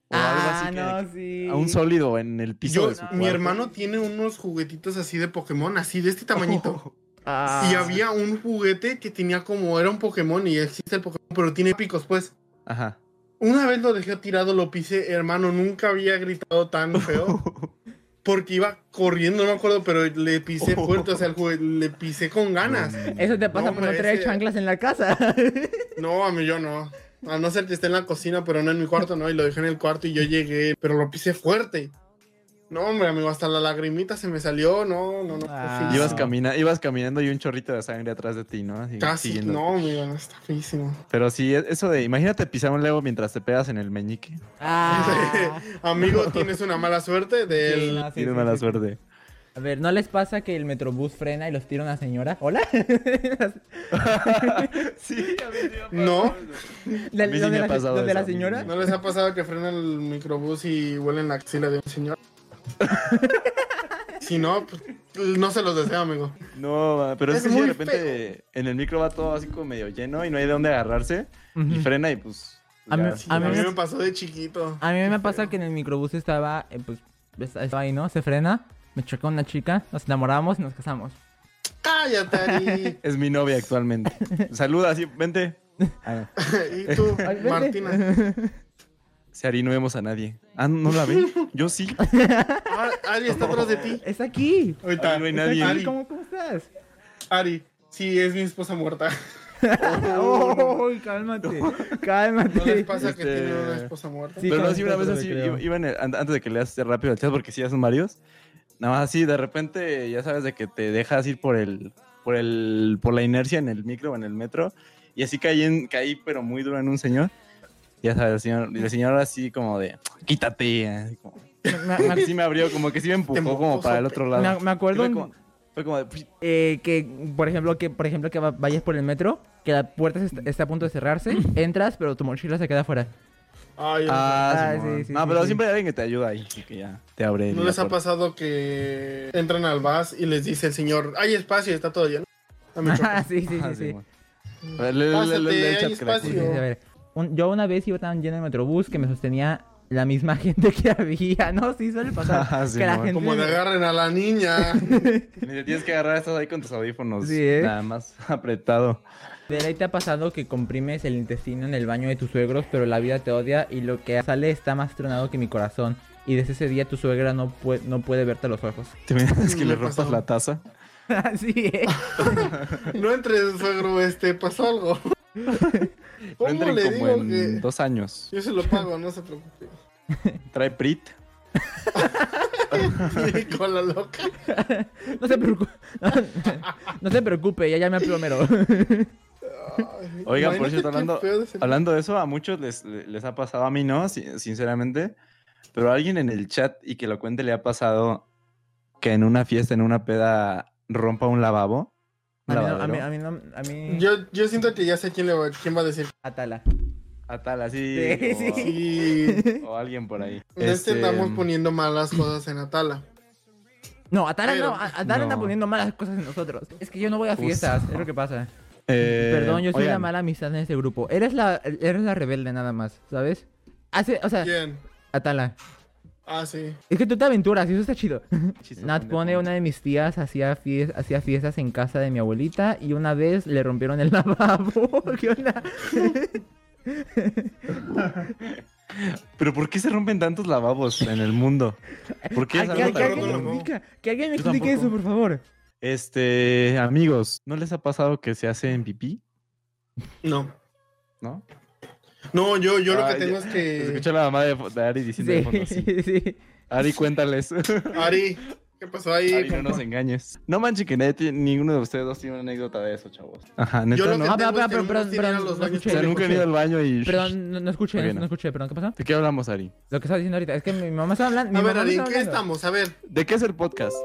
Speaker 2: O algo
Speaker 1: Ah,
Speaker 2: así que-
Speaker 1: no, sí.
Speaker 2: A un sólido en el piso
Speaker 4: Yo,
Speaker 2: de su
Speaker 4: mi
Speaker 2: cuarto. Oh,
Speaker 4: hermano tiene unos juguetitos así de Pokémon, así de este tamañito.
Speaker 1: Ah.
Speaker 4: Y había un juguete que tenía como era un Pokémon y existe el Pokémon, pero tiene picos, pues.
Speaker 2: Ajá.
Speaker 4: Una vez lo dejé tirado, lo pisé, hermano, nunca había gritado tan feo porque iba corriendo, no me acuerdo, pero le pisé fuerte, o sea, el juguete, le pisé con ganas.
Speaker 1: Eso te pasa
Speaker 4: No,
Speaker 1: por no
Speaker 4: hombre,
Speaker 1: traer
Speaker 4: ese-
Speaker 1: chanclas en la casa.
Speaker 4: No, a mí yo no. A no ser que esté en la cocina, pero no en mi cuarto, no, y lo dejé en el cuarto y yo llegué, pero lo pisé fuerte. No, hombre, amigo, hasta la lagrimita se me salió, no, no, pues no.
Speaker 1: Ah.
Speaker 4: fue
Speaker 2: Ibas,
Speaker 4: feísimo.
Speaker 2: camina- ibas caminando y un chorrito de sangre atrás de ti, ¿no? Así,
Speaker 4: Casi,
Speaker 2: siguiendo.
Speaker 4: no, amigo, no, está feísimo.
Speaker 2: Pero sí, e- eso de, imagínate pisar un Lego mientras te pegas en el meñique.
Speaker 1: Ah.
Speaker 4: Amigo, tienes una mala suerte del...
Speaker 1: Sí, no, sí,
Speaker 2: Tiene
Speaker 1: sí,
Speaker 2: mala
Speaker 1: sí, sí.
Speaker 2: suerte.
Speaker 1: A ver, ¿no les pasa que el metrobús frena y los tira una señora? ¿Hola?
Speaker 2: Sí, a mí sí me ha
Speaker 4: No.
Speaker 2: pasado eso.
Speaker 1: ¿La,
Speaker 2: A mí sí
Speaker 1: lo
Speaker 2: me
Speaker 1: de
Speaker 2: ha
Speaker 1: la,
Speaker 2: pasado
Speaker 1: lo de
Speaker 2: eso,
Speaker 1: la
Speaker 2: a mí sí.
Speaker 1: señora?
Speaker 4: ¿No les ha pasado que frena el microbús y huelen la axila de un señor? si no, pues, no se los deseo, amigo.
Speaker 2: No, ma, pero es,
Speaker 4: Es
Speaker 2: que si de
Speaker 4: muy
Speaker 2: repente en el micro va todo así como medio lleno y no hay de dónde agarrarse y
Speaker 1: Ujú.
Speaker 2: frena y pues...
Speaker 1: A mí-
Speaker 2: ya.
Speaker 4: Sí,
Speaker 1: a
Speaker 4: a,
Speaker 1: mí
Speaker 4: mí
Speaker 1: me-
Speaker 4: me pasó de chiquito.
Speaker 1: A mí me pasa que en el microbús estaba, eh, pues, estaba ahí, ¿no? Se frena, me chocó una chica, nos enamoramos y nos casamos.
Speaker 4: ¡Cállate, Ari!
Speaker 2: Es mi novia actualmente. Saluda, así, vente. Ah, no.
Speaker 4: y tú,
Speaker 1: vete.
Speaker 4: Martina.
Speaker 2: Si Ari no vemos a nadie. Ah, ¿no la ve? Yo sí.
Speaker 4: Ah, Ari está atrás de ti.
Speaker 1: ¡Es aquí!
Speaker 4: Ahorita.
Speaker 2: Ari, no hay
Speaker 1: ¡Es
Speaker 2: nadie.
Speaker 1: aquí!
Speaker 4: Ari,
Speaker 1: ¿Cómo, cómo estás?
Speaker 4: Ari, sí, es mi esposa muerta.
Speaker 1: ¡Uy, cálmate!
Speaker 4: ¿No les
Speaker 1: ¡Cálmate!
Speaker 4: pasa que
Speaker 2: Este-
Speaker 4: tiene una esposa muerta?
Speaker 1: Sí.
Speaker 2: Pero no,
Speaker 1: con
Speaker 2: sí, una vez
Speaker 1: nosotros,
Speaker 2: así,
Speaker 1: creo.
Speaker 2: iba- iba en el- an- antes de que leas rápido el chat, porque sí, ya son varios. Nada más así, de repente, ya sabes de que te dejas ir por el, por, el, por la inercia en el micro o en el metro. Y así caí, en- caí, pero muy duro en un señor. Ya sabes, el señor, y el señor así como de, quítate. así como-
Speaker 1: Me, me-
Speaker 2: como que
Speaker 1: me-
Speaker 2: sí me abrió, como que sí me empujó
Speaker 4: empujó,
Speaker 2: como para el otro lado.
Speaker 1: me- me acuerdo
Speaker 2: Sí,
Speaker 1: un-
Speaker 2: Fue como, fue como de, "Pues,
Speaker 1: eh, que, por ejemplo, que, por ejemplo, que va- vayas por el metro, que la puerta se está, está a punto de cerrarse, entras, pero tu mochila se queda afuera.
Speaker 4: Ay,
Speaker 2: ah,
Speaker 1: Ah,
Speaker 2: Simón".
Speaker 1: sí, sí,
Speaker 2: No,
Speaker 1: sí,
Speaker 2: pero
Speaker 1: sí.
Speaker 2: siempre hay alguien que te ayuda ahí, así que ya te abre.
Speaker 4: ¿No
Speaker 2: la
Speaker 4: les ha
Speaker 2: puerta.
Speaker 4: pasado que entran al bus y les dice el señor, hay espacio, está todo lleno? Dame chocó.
Speaker 1: sí, sí, sí, sí. Ah, sí,
Speaker 2: Ajá, Ah, Simón. A ver, le- le- le- le-
Speaker 4: Pásate,
Speaker 2: le-
Speaker 4: hay
Speaker 2: el chat que la-
Speaker 1: sí,
Speaker 4: espacio.
Speaker 1: sí, a ver. Un- yo una vez iba tan lleno de metrobús que me sostenía la misma gente que había, ¿no? Ah, Sí, suele pasar.
Speaker 2: Ajá,
Speaker 1: que la
Speaker 2: Simón.
Speaker 1: gente...
Speaker 4: Como de agarren a la niña.
Speaker 2: Ni te tienes que agarrar, estás ahí con tus audífonos.
Speaker 1: Sí, ¿eh?
Speaker 2: Nada más apretado.
Speaker 1: De ahí te ha pasado que comprimes el intestino en el baño de tus suegros, pero la vida te odia y lo que sale está más tronado que mi corazón. Y desde ese día tu suegra no, pue- no puede verte a los ojos.
Speaker 2: ¿Te imaginas que
Speaker 4: Me
Speaker 2: le rompas
Speaker 4: pasó.
Speaker 2: la taza?
Speaker 1: Así es.
Speaker 4: No entres, suegro, este, pasó algo.
Speaker 2: No
Speaker 4: ¿Cómo
Speaker 2: entren
Speaker 4: le
Speaker 2: como
Speaker 4: digo
Speaker 2: en
Speaker 4: que...?
Speaker 2: dos años.
Speaker 4: Yo se lo pago, no se preocupe.
Speaker 2: Trae Prit.
Speaker 4: Con la loca.
Speaker 1: No se preocupe. No, no se preocupe, ya llamé al plomero.
Speaker 4: Ay,
Speaker 2: Oigan, por
Speaker 4: imagínate
Speaker 2: cierto,
Speaker 4: qué
Speaker 2: hablando-
Speaker 4: feo de ser-
Speaker 2: Hablando de eso, a muchos les, les ha pasado, a mí no, si- sinceramente, pero a alguien en el chat y que lo cuente le ha pasado que en una fiesta, en una peda, rompa un lavabo.
Speaker 1: A mí,
Speaker 2: Un
Speaker 1: no, a
Speaker 2: lavadero.
Speaker 1: mí, a mí no, a mí-
Speaker 4: Yo, yo siento que ya sé quién, le va, quién va a decir.
Speaker 1: Atala.
Speaker 2: A tal, así.
Speaker 1: Sí,
Speaker 2: o,
Speaker 1: sí.
Speaker 4: Sí,
Speaker 2: o alguien por ahí. Este,
Speaker 4: no es que andamos
Speaker 2: mm.
Speaker 4: poniendo malas cosas en Atala.
Speaker 1: No, Atala
Speaker 4: Pero-
Speaker 1: no. a- Atala
Speaker 2: No.
Speaker 1: anda poniendo malas cosas en nosotros. Es que yo no voy a
Speaker 2: Justo.
Speaker 1: fiestas, es lo que pasa.
Speaker 2: eh,
Speaker 1: Perdón, yo soy la
Speaker 2: oigan,
Speaker 1: mala amistad en este grupo. Eres la, eres la rebelde nada más, ¿sabes? Hace, o sea,
Speaker 4: ¿Quién?
Speaker 1: Atala.
Speaker 4: Ah, sí.
Speaker 1: Es que tú te aventuras y eso está chido.
Speaker 2: chiste
Speaker 1: Nat
Speaker 2: pendejo.
Speaker 1: pone, una de mis tías hacía, fies- hacía fiestas en casa de mi abuelita y una vez le rompieron el lavabo. ¿Qué onda?
Speaker 2: Pero ¿por qué se rompen tantos lavabos en el mundo? ¿Por qué
Speaker 1: Ay,
Speaker 2: es
Speaker 1: que,
Speaker 2: algo
Speaker 1: que
Speaker 2: tan
Speaker 1: alguien me
Speaker 2: común?
Speaker 4: loco.
Speaker 1: explica, que alguien me
Speaker 2: Yo
Speaker 1: explique eso,
Speaker 2: tampoco.
Speaker 1: por favor.
Speaker 2: Este, amigos, ¿no les ha pasado que se hacen pipí?
Speaker 4: No.
Speaker 2: ¿No?
Speaker 4: No, yo, yo lo
Speaker 2: Ah,
Speaker 4: que tengo es
Speaker 2: Se
Speaker 4: que.
Speaker 2: escuchó la mamá de, de Ari diciendo de fondo
Speaker 1: Sí,
Speaker 2: así.
Speaker 1: sí.
Speaker 2: Ari, cuéntales.
Speaker 4: Ari, ¿qué pasó ahí?
Speaker 2: Ari, no
Speaker 4: compa?
Speaker 2: nos engañes. No manches que nadie tiene- ninguno de ustedes dos tiene una anécdota de eso, chavos. Ajá, neta,
Speaker 4: Yo lo
Speaker 2: ¿no?
Speaker 4: que
Speaker 1: Ah,
Speaker 4: tengo
Speaker 1: pero,
Speaker 4: es que
Speaker 1: pero, pero,
Speaker 4: algunos tienen
Speaker 1: pero,
Speaker 4: a los
Speaker 1: no
Speaker 4: baños
Speaker 2: O sea,
Speaker 1: escuché.
Speaker 2: nunca han ido al baño y...
Speaker 1: Perdón, no, no escuché,
Speaker 2: Ok,
Speaker 1: no.
Speaker 2: no.
Speaker 1: escuché, perdón, ¿qué pasó?
Speaker 2: ¿De qué hablamos, Ari?
Speaker 1: Lo que estaba diciendo ahorita, es que mi mamá estaba hablando.
Speaker 4: A
Speaker 1: mi
Speaker 4: ver,
Speaker 1: mamá
Speaker 4: Ari, ¿en
Speaker 1: estaba
Speaker 4: qué
Speaker 1: hablando.
Speaker 4: estamos? A ver,
Speaker 2: ¿De qué es el podcast?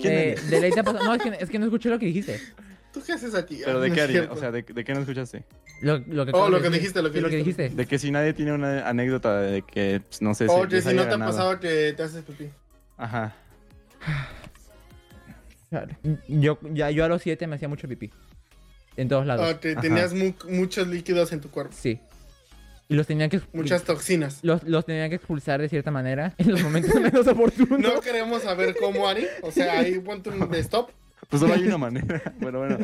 Speaker 2: ¿Quién
Speaker 1: Eh,
Speaker 2: eres?
Speaker 1: de ley te ha pasado- No, es que, es que no escuché lo que dijiste.
Speaker 4: ¿tú qué haces aquí? Ah,
Speaker 2: ¿Pero de
Speaker 4: No
Speaker 2: qué,
Speaker 4: es
Speaker 2: Ari?
Speaker 4: cierto.
Speaker 2: O sea, ¿de, de qué no escuchaste?
Speaker 1: Lo, lo que
Speaker 4: Oh,
Speaker 1: acabas
Speaker 4: lo
Speaker 1: de
Speaker 4: que
Speaker 1: decir.
Speaker 4: dijiste, lo que
Speaker 1: Sí,
Speaker 4: dijiste.
Speaker 1: dijiste.
Speaker 2: De que si nadie tiene una anécdota de que, pues, no sé si...
Speaker 4: Oye,
Speaker 2: les
Speaker 4: Oh, si
Speaker 2: haya
Speaker 4: no te ha
Speaker 2: ganado.
Speaker 4: pasado que te haces pipí.
Speaker 2: Ajá.
Speaker 1: Chale. Yo, ya, yo a los siete me hacía mucho pipí. En todos lados.
Speaker 4: O que
Speaker 2: Ajá.
Speaker 4: tenías mu- muchos líquidos en tu cuerpo.
Speaker 1: Sí. Y los tenían que expu-
Speaker 4: Muchas toxinas.
Speaker 1: los, los tenían que expulsar de cierta manera en los momentos menos oportunos.
Speaker 4: No queremos saber cómo Ari. O sea, ahí ponte un de stop.
Speaker 2: Pues solo hay una manera. Bueno, bueno.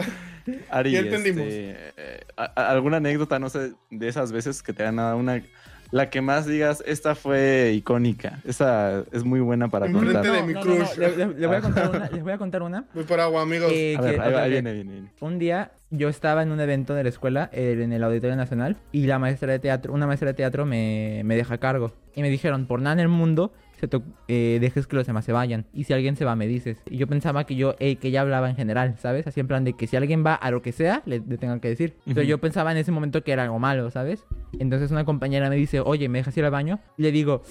Speaker 2: Ari,
Speaker 4: Ya entendimos.
Speaker 2: este, eh, a- a- ¿alguna anécdota, no sé, de esas veces que te han dado una... La que más digas, esta fue icónica. Esta es muy buena para
Speaker 4: Enfrente
Speaker 2: contar.
Speaker 4: de mi crush.
Speaker 1: le- le- le voy a contar una. Les voy a contar una.
Speaker 4: Voy por agua, amigos.
Speaker 1: eh,
Speaker 2: A
Speaker 1: que-
Speaker 2: ver, ahí,
Speaker 1: ok,
Speaker 2: va, ahí
Speaker 1: ok.
Speaker 2: viene, viene, viene.
Speaker 1: Un día yo estaba en un evento de la escuela, eh, en el Auditorio Nacional, y la maestra de teatro, una maestra de teatro me, me deja a cargo. Y me dijeron, por nada en el mundo, se te oc- eh, dejes que los demás se vayan. Y si alguien se va, me dices. Y yo pensaba que yo, eh, que ella hablaba en general, ¿sabes? Así en plan de que si alguien va a lo que sea, le, le tengan que decir. Pero
Speaker 2: Ujú.
Speaker 1: yo pensaba en ese momento que era algo malo, ¿sabes? Entonces una compañera me dice, oye, ¿me dejas ir al baño? Le digo,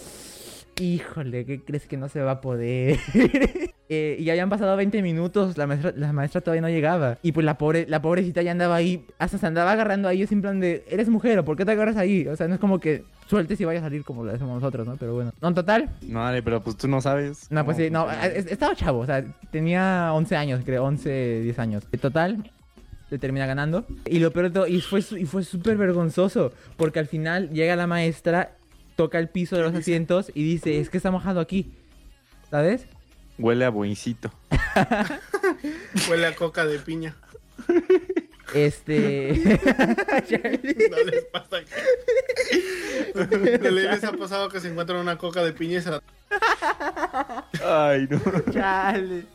Speaker 1: híjole, ¿qué crees que no se va a poder? Eh, y ya habían pasado 20 minutos, la maestra, la maestra todavía no llegaba. Y pues la pobre, la pobrecita ya andaba ahí, hasta se andaba agarrando ahí, es en plan de, eres mujer, ¿o ¿por qué te agarras ahí? O sea, no es como que sueltes y vaya a salir como lo hacemos nosotros, ¿no? Pero bueno. No, en total,
Speaker 2: No, Ari, pero pues tú no sabes.
Speaker 1: no, pues
Speaker 2: cómo
Speaker 1: sí, no,
Speaker 2: funciona.
Speaker 1: es- estaba chavo, o sea, tenía 11 años, creo, 11, 10 años. En total, le termina ganando. Y lo peor de todo, y fue, su- y fue súper vergonzoso, porque al final llega la maestra, toca el piso de los asientos y dice, es que está mojado aquí, ¿sabes?
Speaker 2: Huele a buencito.
Speaker 4: Huele a coca de piña.
Speaker 1: Este...
Speaker 4: No les pasa que. De ley les ha pasado que se encuentran una coca de piña y se la.
Speaker 2: Ay, no.
Speaker 1: Chale.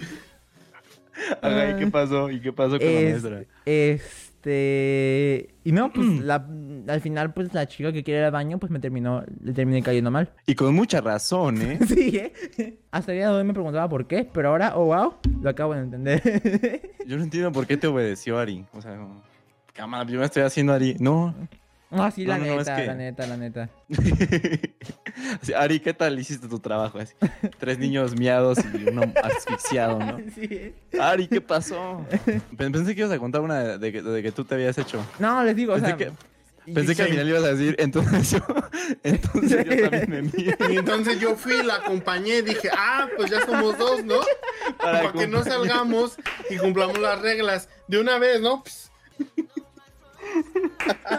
Speaker 2: Ajá, ¿y qué pasó? ¿Y qué pasó con la
Speaker 1: Es-
Speaker 2: maestra? Mm.
Speaker 1: Este... Y no, pues la, al final, pues la chica que quiere ir al baño, pues me terminó, le terminé cayendo mal.
Speaker 2: Y con mucha razón, ¿eh?
Speaker 1: Sí, ¿eh? Hasta el día de hoy me preguntaba por qué, pero ahora, oh wow, lo acabo de entender.
Speaker 2: Yo no entiendo por qué te obedeció Ari. O sea, como, cámara, yo me estoy haciendo Ari. No.
Speaker 1: No, Ah, sí, la
Speaker 2: No, no, no, es
Speaker 1: neta,
Speaker 2: que-
Speaker 1: la neta, la neta.
Speaker 2: Así, Ari, ¿qué tal hiciste tu trabajo? Así, tres niños miados y uno asfixiado, ¿no?
Speaker 1: Sí. ¿eh?
Speaker 2: Ari, ¿qué pasó? Pen- Pensé que ibas a contar una de, de que- de que tú te habías hecho.
Speaker 1: No, les digo, o
Speaker 2: Pensé
Speaker 1: sea,
Speaker 2: que- Pensé que al final ibas a decir, entonces yo, entonces yo también me mié
Speaker 4: Y entonces yo fui, la acompañé, dije, ah, pues ya somos dos, ¿no? Para, que no
Speaker 2: acompañar".
Speaker 4: salgamos y cumplamos las reglas de una vez, ¿no? Pues,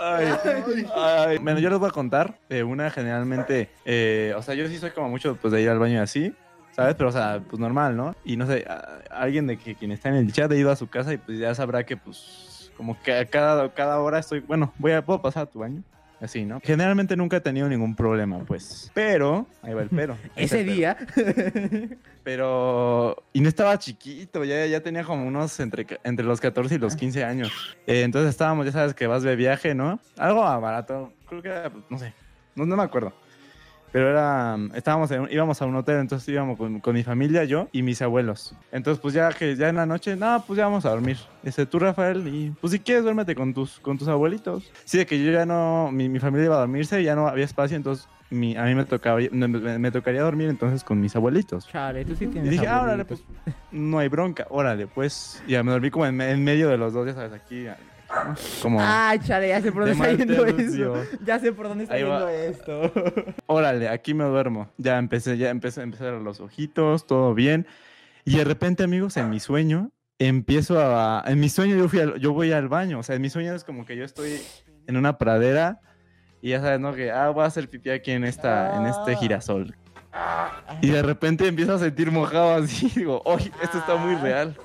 Speaker 2: Ay, ay. Bueno, yo les voy a contar de una generalmente, eh, o sea, yo sí soy como mucho pues de ir al baño y así, ¿sabes? Pero, o sea, pues normal, ¿no? Y no sé, a- alguien de que quien está en el chat ha ido a su casa y pues ya sabrá que pues como que a cada, cada hora estoy, bueno, voy a, puedo pasar a tu baño. Así, ¿no? Generalmente nunca he tenido ningún problema, pues. Pero, ahí va el pero. Ahí está
Speaker 1: ese
Speaker 2: el pero.
Speaker 1: día,
Speaker 2: Pero. Y no estaba chiquito, ya, ya tenía como unos entre, entre los 14 y los 15 años. Eh, entonces estábamos, ya sabes que vas de viaje, ¿no? Algo barato, creo que era, pues, no sé, no, no me acuerdo. Pero era, mm, estábamos en un- íbamos a un hotel, entonces íbamos con, con mi familia, yo y mis abuelos. Entonces, pues ya que ya en la noche, nada, pues ya vamos a dormir. Este, tú, Rafael, y pues si quieres, duérmete con tus, con tus abuelitos. Sí, de que yo ya no, mi, mi familia iba a dormirse, ya no había espacio, entonces mi- a mí me, tocaba, me- me- me tocaría dormir entonces con mis abuelitos.
Speaker 1: chale, tú sí
Speaker 2: Y
Speaker 1: tienes.
Speaker 2: dije, ah, órale,
Speaker 1: abuelitos".
Speaker 2: pues no hay bronca, órale, pues. Y ya me dormí como en, me- en medio de los dos, ya sabes, aquí. ¿no? Como,
Speaker 1: Ay, chale, ya sé por dónde
Speaker 2: De
Speaker 1: está
Speaker 2: mal
Speaker 1: yendo
Speaker 2: tercio.
Speaker 1: eso. Ya sé por dónde está
Speaker 2: Ahí va.
Speaker 1: yendo esto.
Speaker 2: órale, aquí me duermo. Ya empecé, ya empecé, empecé a cerrar los ojitos, todo bien. Y de repente, amigos, en mi sueño, empiezo a... En mi sueño yo, fui al- yo voy al baño, o sea, en mi sueño es como que yo estoy en una pradera y ya sabes, ¿no? Que, ah, voy a hacer pipí aquí en, esta, en este
Speaker 1: Ah.
Speaker 2: girasol. Y de repente empiezo a sentir mojado así, digo, oye, esto está muy
Speaker 1: Ah.
Speaker 2: real.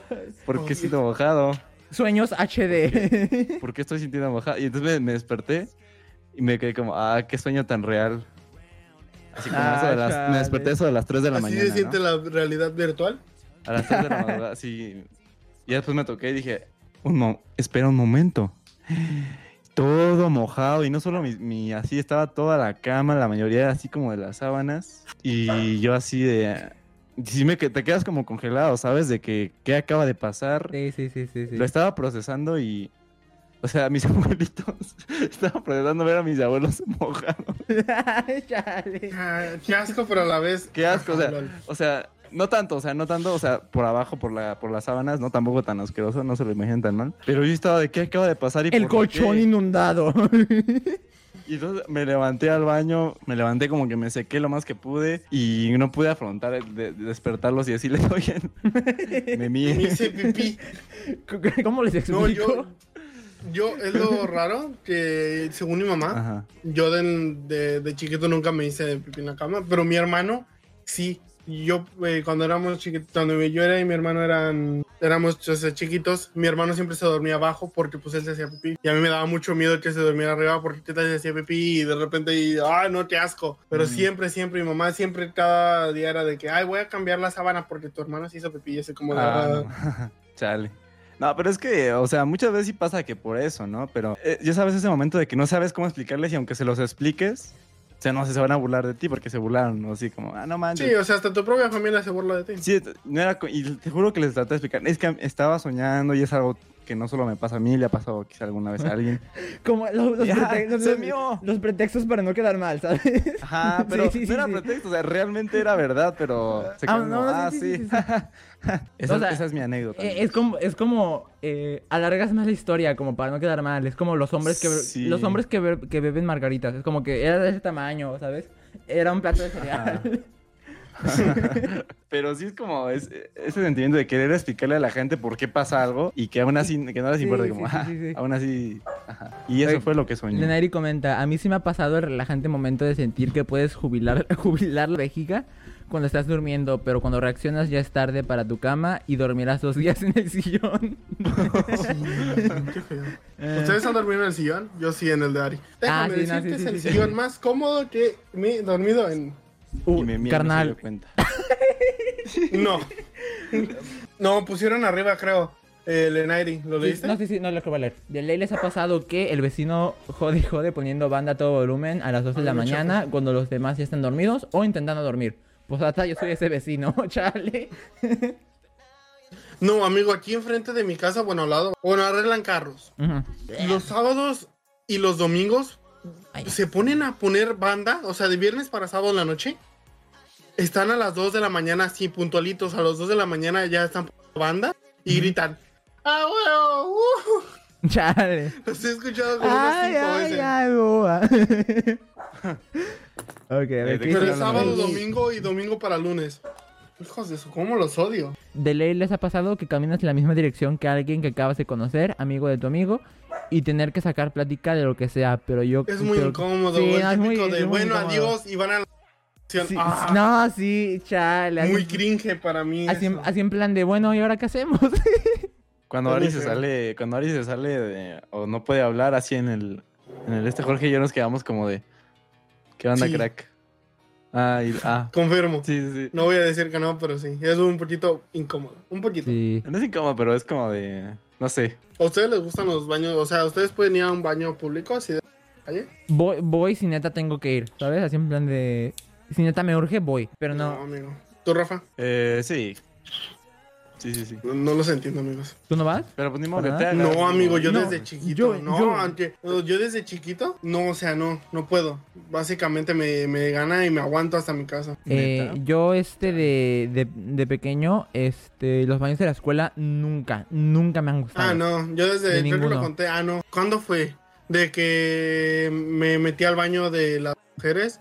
Speaker 2: ¿Por qué siento mojado?
Speaker 1: Sueños HD.
Speaker 2: ¿por qué estoy sintiendo mojado? Y entonces me, me desperté y me quedé como, ah, qué sueño tan real. Así como
Speaker 1: Ah,
Speaker 2: eso de las, me
Speaker 1: chale.
Speaker 2: desperté eso de las 3 de la
Speaker 4: así
Speaker 2: mañana.
Speaker 4: se siente
Speaker 2: ¿no?
Speaker 4: la realidad virtual.
Speaker 2: A las 3 de la madrugada, sí. Y después me toqué y dije, "Un mo- espera un momento. Todo mojado y no solo mi, mi- así estaba toda la cama, la mayoría así como de las sábanas. Y yo así de... Sí me, que- te quedas como congelado, ¿sabes? De que qué acaba de pasar.
Speaker 1: Sí, sí, sí, sí. sí.
Speaker 2: Lo estaba procesando y. O sea, mis abuelitos. Estaba procesando ver a mis abuelos mojados.
Speaker 1: Ay, chale.
Speaker 4: Ah, qué asco, pero a la vez.
Speaker 2: Qué asco, o
Speaker 4: Ajá,
Speaker 2: sea,
Speaker 4: lol.
Speaker 2: o sea, no tanto, o sea, no tanto, o sea, por abajo, por la, por las sábanas, no tampoco tan asqueroso, no se lo imaginan tan mal. Pero yo estaba de qué acaba de pasar y
Speaker 1: El
Speaker 2: por qué?".
Speaker 1: colchón inundado.
Speaker 2: Y entonces me levanté al baño, me levanté como que me sequé lo más que pude y no pude afrontar el de- de despertarlos y decirles, oigan, me mié".
Speaker 4: Me hice pipí.
Speaker 1: ¿Cómo les explico?
Speaker 4: No, yo. Yo, es lo raro que, según mi mamá,
Speaker 2: Ajá.
Speaker 4: Yo de, de- de chiquito nunca me hice pipí en la cama, pero mi hermano sí. Yo eh, cuando éramos chiquitos, cuando yo era y mi hermano eran, éramos o sea, chiquitos, mi hermano siempre se dormía abajo porque pues él se hacía pipí. Y a mí me daba mucho miedo que se durmiera arriba porque teta se hacía pipí y de repente, y, ay, no, qué asco.
Speaker 2: Mm.
Speaker 4: Pero siempre, siempre, mi mamá siempre cada día era de que, ay, voy a cambiar la sábana porque tu hermano se hizo pipí y así como de,
Speaker 2: Ah,
Speaker 4: "Ah".
Speaker 2: no. Chale. No, pero es que, o sea, muchas veces sí pasa que por eso, ¿no? Pero eh, ya sabes ese momento de que no sabes cómo explicarles y aunque se los expliques, o sea, no sé, se van a burlar de ti porque se burlaron, ¿no? Así como, ah, no
Speaker 4: Sí,
Speaker 2: manches.
Speaker 4: o sea, hasta tu propia familia se burla de ti.
Speaker 2: Sí, t- no era, co- y te juro que les traté de explicar. Es que estaba soñando y es algo que no solo me pasa a mí, le ha pasado quizá alguna vez a alguien.
Speaker 1: Como los, los
Speaker 2: Ya,
Speaker 1: prete- los-
Speaker 2: se
Speaker 1: los-
Speaker 2: mió.
Speaker 1: los pretextos para no quedar mal, ¿sabes?
Speaker 2: Ajá, pero
Speaker 1: Sí, sí, sí,
Speaker 2: no era
Speaker 1: sí.
Speaker 2: pretexto, o sea, realmente era verdad, pero se
Speaker 1: Ah,
Speaker 2: quedaron
Speaker 1: no,
Speaker 2: como,
Speaker 1: no, sí,
Speaker 2: ah,
Speaker 1: sí,
Speaker 2: sí.
Speaker 1: sí,
Speaker 2: esa,
Speaker 1: O sea,
Speaker 2: esa es mi anécdota.
Speaker 1: Eh, Es como, es como eh, alargas más la historia, como para no quedar mal. Es como los hombres que
Speaker 2: Sí.
Speaker 1: los hombres que, be- que beben margaritas. Es como que era de ese tamaño, ¿sabes? Era un plato de cereal.
Speaker 2: Pero sí es como es- eh, ese sentimiento de querer explicarle a la gente por qué pasa algo y que aún así que no les
Speaker 1: Sí,
Speaker 2: importe,
Speaker 1: sí,
Speaker 2: como
Speaker 1: sí,
Speaker 2: "Ah",
Speaker 1: sí, sí.
Speaker 2: aún así. ajá. Y eso
Speaker 1: Oye,
Speaker 2: fue lo que soñé.
Speaker 1: Lenairi comenta, a mí sí me ha pasado el relajante momento de sentir que puedes jubilar, jubilar la vejiga cuando estás durmiendo, pero cuando reaccionas ya es tarde para tu cama y dormirás dos días en el sillón.
Speaker 4: Qué feo. ¿Ustedes han dormido en el sillón? Yo sí, en el de Ari. Déjame
Speaker 1: Eh. Ah, sí, no,
Speaker 4: decir
Speaker 1: sí,
Speaker 4: que
Speaker 1: sí,
Speaker 4: es
Speaker 1: sí,
Speaker 4: el
Speaker 1: sí.
Speaker 4: sillón más cómodo que me he dormido en...
Speaker 1: Uh,
Speaker 2: Y me mira, no se
Speaker 1: carnal,
Speaker 2: dio cuenta.
Speaker 4: No. No, pusieron arriba, creo. El Enairi, ¿lo
Speaker 1: Sí,
Speaker 4: leíste?
Speaker 1: No, sí, sí, no lo acabo de leer. De ley les ha pasado que el vecino jode y jode poniendo banda a todo volumen a las 2 de
Speaker 4: Ay,
Speaker 1: la
Speaker 4: Ah, me
Speaker 1: mañana cuando los demás ya están dormidos o intentando dormir. Pues hasta yo soy ese vecino, chale.
Speaker 4: No, amigo, aquí enfrente de mi casa, bueno, al lado, bueno, arreglan carros.
Speaker 1: Ujú.
Speaker 4: Los sábados y los domingos
Speaker 1: Ay.
Speaker 4: se ponen a poner banda, o sea, de viernes para sábado en la noche. Están a las 2 de la mañana así, puntualitos, a las 2 de la mañana ya están poniendo banda y gritan. ¡Ah, bueno! uh".
Speaker 1: Chale.
Speaker 4: Los he escuchado como unas
Speaker 1: Ay,
Speaker 4: cinco
Speaker 1: ay,
Speaker 4: veces.
Speaker 1: ay, boba. ok, a ver,
Speaker 2: Eh,
Speaker 1: ¿qué
Speaker 2: de-
Speaker 4: Pero
Speaker 1: dice?
Speaker 4: es sábado,
Speaker 2: Sí.
Speaker 4: domingo y domingo para lunes. Hijos de su, ¿cómo los odio?
Speaker 1: De ley les ha pasado que caminas en la misma dirección que alguien que acabas de conocer, amigo de tu amigo, y tener que sacar plática de lo que sea, pero yo...
Speaker 4: Es muy
Speaker 1: pero-
Speaker 4: incómodo,
Speaker 1: Sí,
Speaker 4: güey,
Speaker 1: no, es
Speaker 4: típico
Speaker 1: muy-
Speaker 4: de,
Speaker 1: es muy
Speaker 4: bueno,
Speaker 1: incómodo.
Speaker 4: adiós y van a la
Speaker 1: Sí,
Speaker 4: Ah,
Speaker 1: No, sí, chale.
Speaker 4: Muy
Speaker 1: así-
Speaker 4: cringe para mí.
Speaker 1: Así, en-
Speaker 4: eso.
Speaker 1: así en plan de, bueno, ¿y ahora qué hacemos?
Speaker 2: Cuando
Speaker 4: Está muy
Speaker 2: Ari se
Speaker 4: feo.
Speaker 2: sale, cuando Ari se sale de- o no puede hablar así en el, en el este Jorge y yo nos quedamos como de ¿Qué onda,
Speaker 4: Sí.
Speaker 2: crack? Ah, y- ah.
Speaker 4: Confirmo.
Speaker 2: Sí, sí, sí.
Speaker 4: No voy a decir que no, pero sí. Es un poquito incómodo. Un poquito.
Speaker 1: sí.
Speaker 2: No es incómodo, pero es como de no sé.
Speaker 4: ¿A ustedes les gustan los baños? O sea, ¿ustedes pueden ir a un baño público así de calle?
Speaker 1: Voy, voy si neta tengo que ir, ¿sabes? Así en plan de, si neta me urge, voy. Pero no,
Speaker 4: amigo. ¿Tú, Rafa?
Speaker 2: Eh, sí. Sí, sí, sí.
Speaker 4: No, no los entiendo, amigos.
Speaker 1: ¿tú no vas?
Speaker 2: Pero pues ni modo que
Speaker 1: Ajá.
Speaker 2: te hagas,
Speaker 4: No, amigo, yo
Speaker 1: No,
Speaker 4: desde chiquito.
Speaker 1: yo-
Speaker 4: no,
Speaker 1: yo-
Speaker 4: aunque- no, yo desde chiquito, no, o sea, no, no puedo. Básicamente me, me gana y me aguanto hasta mi casa.
Speaker 1: Eh, yo este de, de, de pequeño, este, los baños de la escuela nunca, nunca me han gustado.
Speaker 4: Ah, no, yo desde,
Speaker 1: De
Speaker 4: creo que
Speaker 1: ninguno.
Speaker 4: lo conté, ah, no, ¿cuándo fue? De que me metí al baño de las mujeres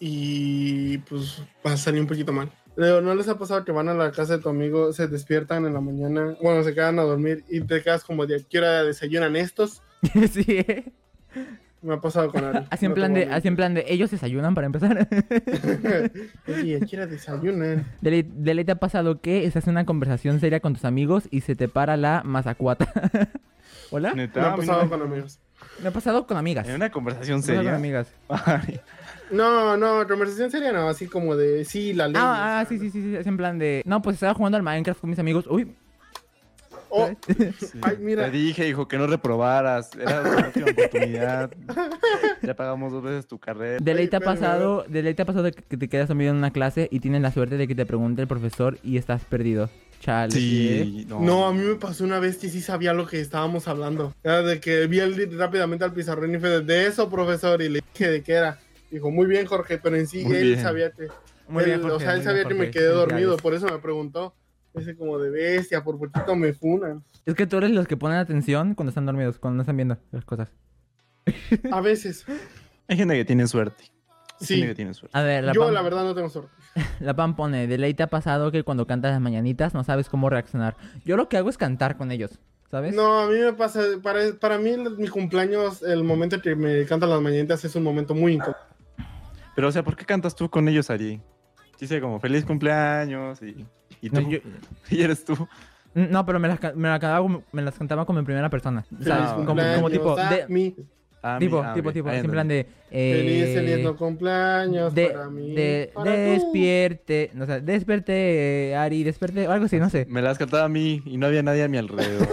Speaker 4: y pues va a salir un poquito mal. Pero ¿no les ha pasado que van a la casa de tu amigo, se despiertan en la mañana, bueno, se quedan a dormir y te quedas como de, ¿a ¿qué hora desayunan estos?
Speaker 1: sí, ¿eh?
Speaker 4: Me ha pasado con Ari.
Speaker 1: Así en
Speaker 4: no te
Speaker 1: plan
Speaker 4: voy
Speaker 1: de,
Speaker 4: a
Speaker 1: así en plan de, ellos desayunan para empezar.
Speaker 4: mentir. Oye, ¿a qué hora desayunan?
Speaker 1: De ley, de ley te ha pasado que estás en una conversación seria con tus amigos y se te para la mazacuata. ¿Hola?
Speaker 2: Neta,
Speaker 4: Me ha
Speaker 2: a mí
Speaker 4: pasado
Speaker 2: no-
Speaker 4: con amigos.
Speaker 1: Me ha pasado con amigas.
Speaker 2: En una conversación
Speaker 1: Me ha pasado con
Speaker 2: seria.
Speaker 1: amigas.
Speaker 4: No, no, conversación seria no, así como de, sí, la ley.
Speaker 1: Ah, ah, sí, sí, sí, sí, es en plan de... No, pues estaba jugando al Minecraft con mis amigos. Uy,
Speaker 4: Oh,
Speaker 1: ¿sabes?
Speaker 2: Sí.
Speaker 4: Ay, mira.
Speaker 2: Te dije, hijo, que no reprobaras. Era la última oportunidad. Ya pagamos dos veces tu carrera.
Speaker 1: de ley te ha
Speaker 4: Ay, espérame,
Speaker 1: pasado, de ley te ha pasado que- que te quedas dormido en una clase y tienes la suerte de que te pregunte el profesor y estás perdido. Chale.
Speaker 4: No, a mí me pasó una vez que sí sabía lo que estábamos hablando. Era de que vi el- rápidamente al pizarrón y fue de, "De eso, profesor, y le dije de qué era. Dijo, muy bien, Jorge, pero en sí
Speaker 2: Muy
Speaker 4: él
Speaker 2: bien.
Speaker 4: sabía que...
Speaker 1: Muy
Speaker 4: él-
Speaker 1: bien, Jorge,
Speaker 4: o sea, él
Speaker 1: muy bien,
Speaker 4: sabía que me
Speaker 1: Jorge.
Speaker 4: quedé dormido,
Speaker 1: Felicidades.
Speaker 4: por eso me preguntó. Ese como de bestia, por poquito me funan.
Speaker 1: Es que tú eres los que ponen atención cuando están dormidos, cuando no están viendo las cosas.
Speaker 4: A veces.
Speaker 2: Hay gente que tiene suerte. Hay
Speaker 4: Sí.
Speaker 2: gente que tiene suerte.
Speaker 1: A ver, la,
Speaker 4: Yo,
Speaker 1: Pam,
Speaker 4: la verdad, no tengo suerte.
Speaker 1: la Pam pone, de ley te ha pasado que cuando cantas las mañanitas no sabes cómo reaccionar. Yo lo que hago es cantar con ellos, ¿sabes?
Speaker 4: No, a mí me pasa... Para, para mí, mi cumpleaños, el momento que me cantan las mañanitas es un momento muy incómodo.
Speaker 2: Pero, o sea, ¿por qué cantas tú con ellos allí? Dice como feliz cumpleaños y, y tú.
Speaker 1: No, yo-
Speaker 2: Y eres tú.
Speaker 1: no, pero me las, ca- me, las cantaba, como- me las cantaba como en primera persona. ¿Sabes?
Speaker 4: Feliz
Speaker 2: como-
Speaker 1: como, como
Speaker 4: cumpleaños
Speaker 1: tipo...
Speaker 4: a
Speaker 1: de-
Speaker 4: mí.
Speaker 2: Ah, mi-
Speaker 1: Tipo,
Speaker 2: ah,
Speaker 1: tipo,
Speaker 2: ok.
Speaker 1: tipo,
Speaker 2: Ahí
Speaker 1: en
Speaker 2: entendí.
Speaker 1: plan de...
Speaker 4: Feliz,
Speaker 1: eh,
Speaker 4: feliz no cumpleaños
Speaker 1: de,
Speaker 4: para mí.
Speaker 1: de-
Speaker 4: para tú.
Speaker 1: despierte, no, o sea, despierte, eh, Ari, despierte, o algo así, no sé.
Speaker 2: Me las cantaba a mí y no había nadie a mi alrededor.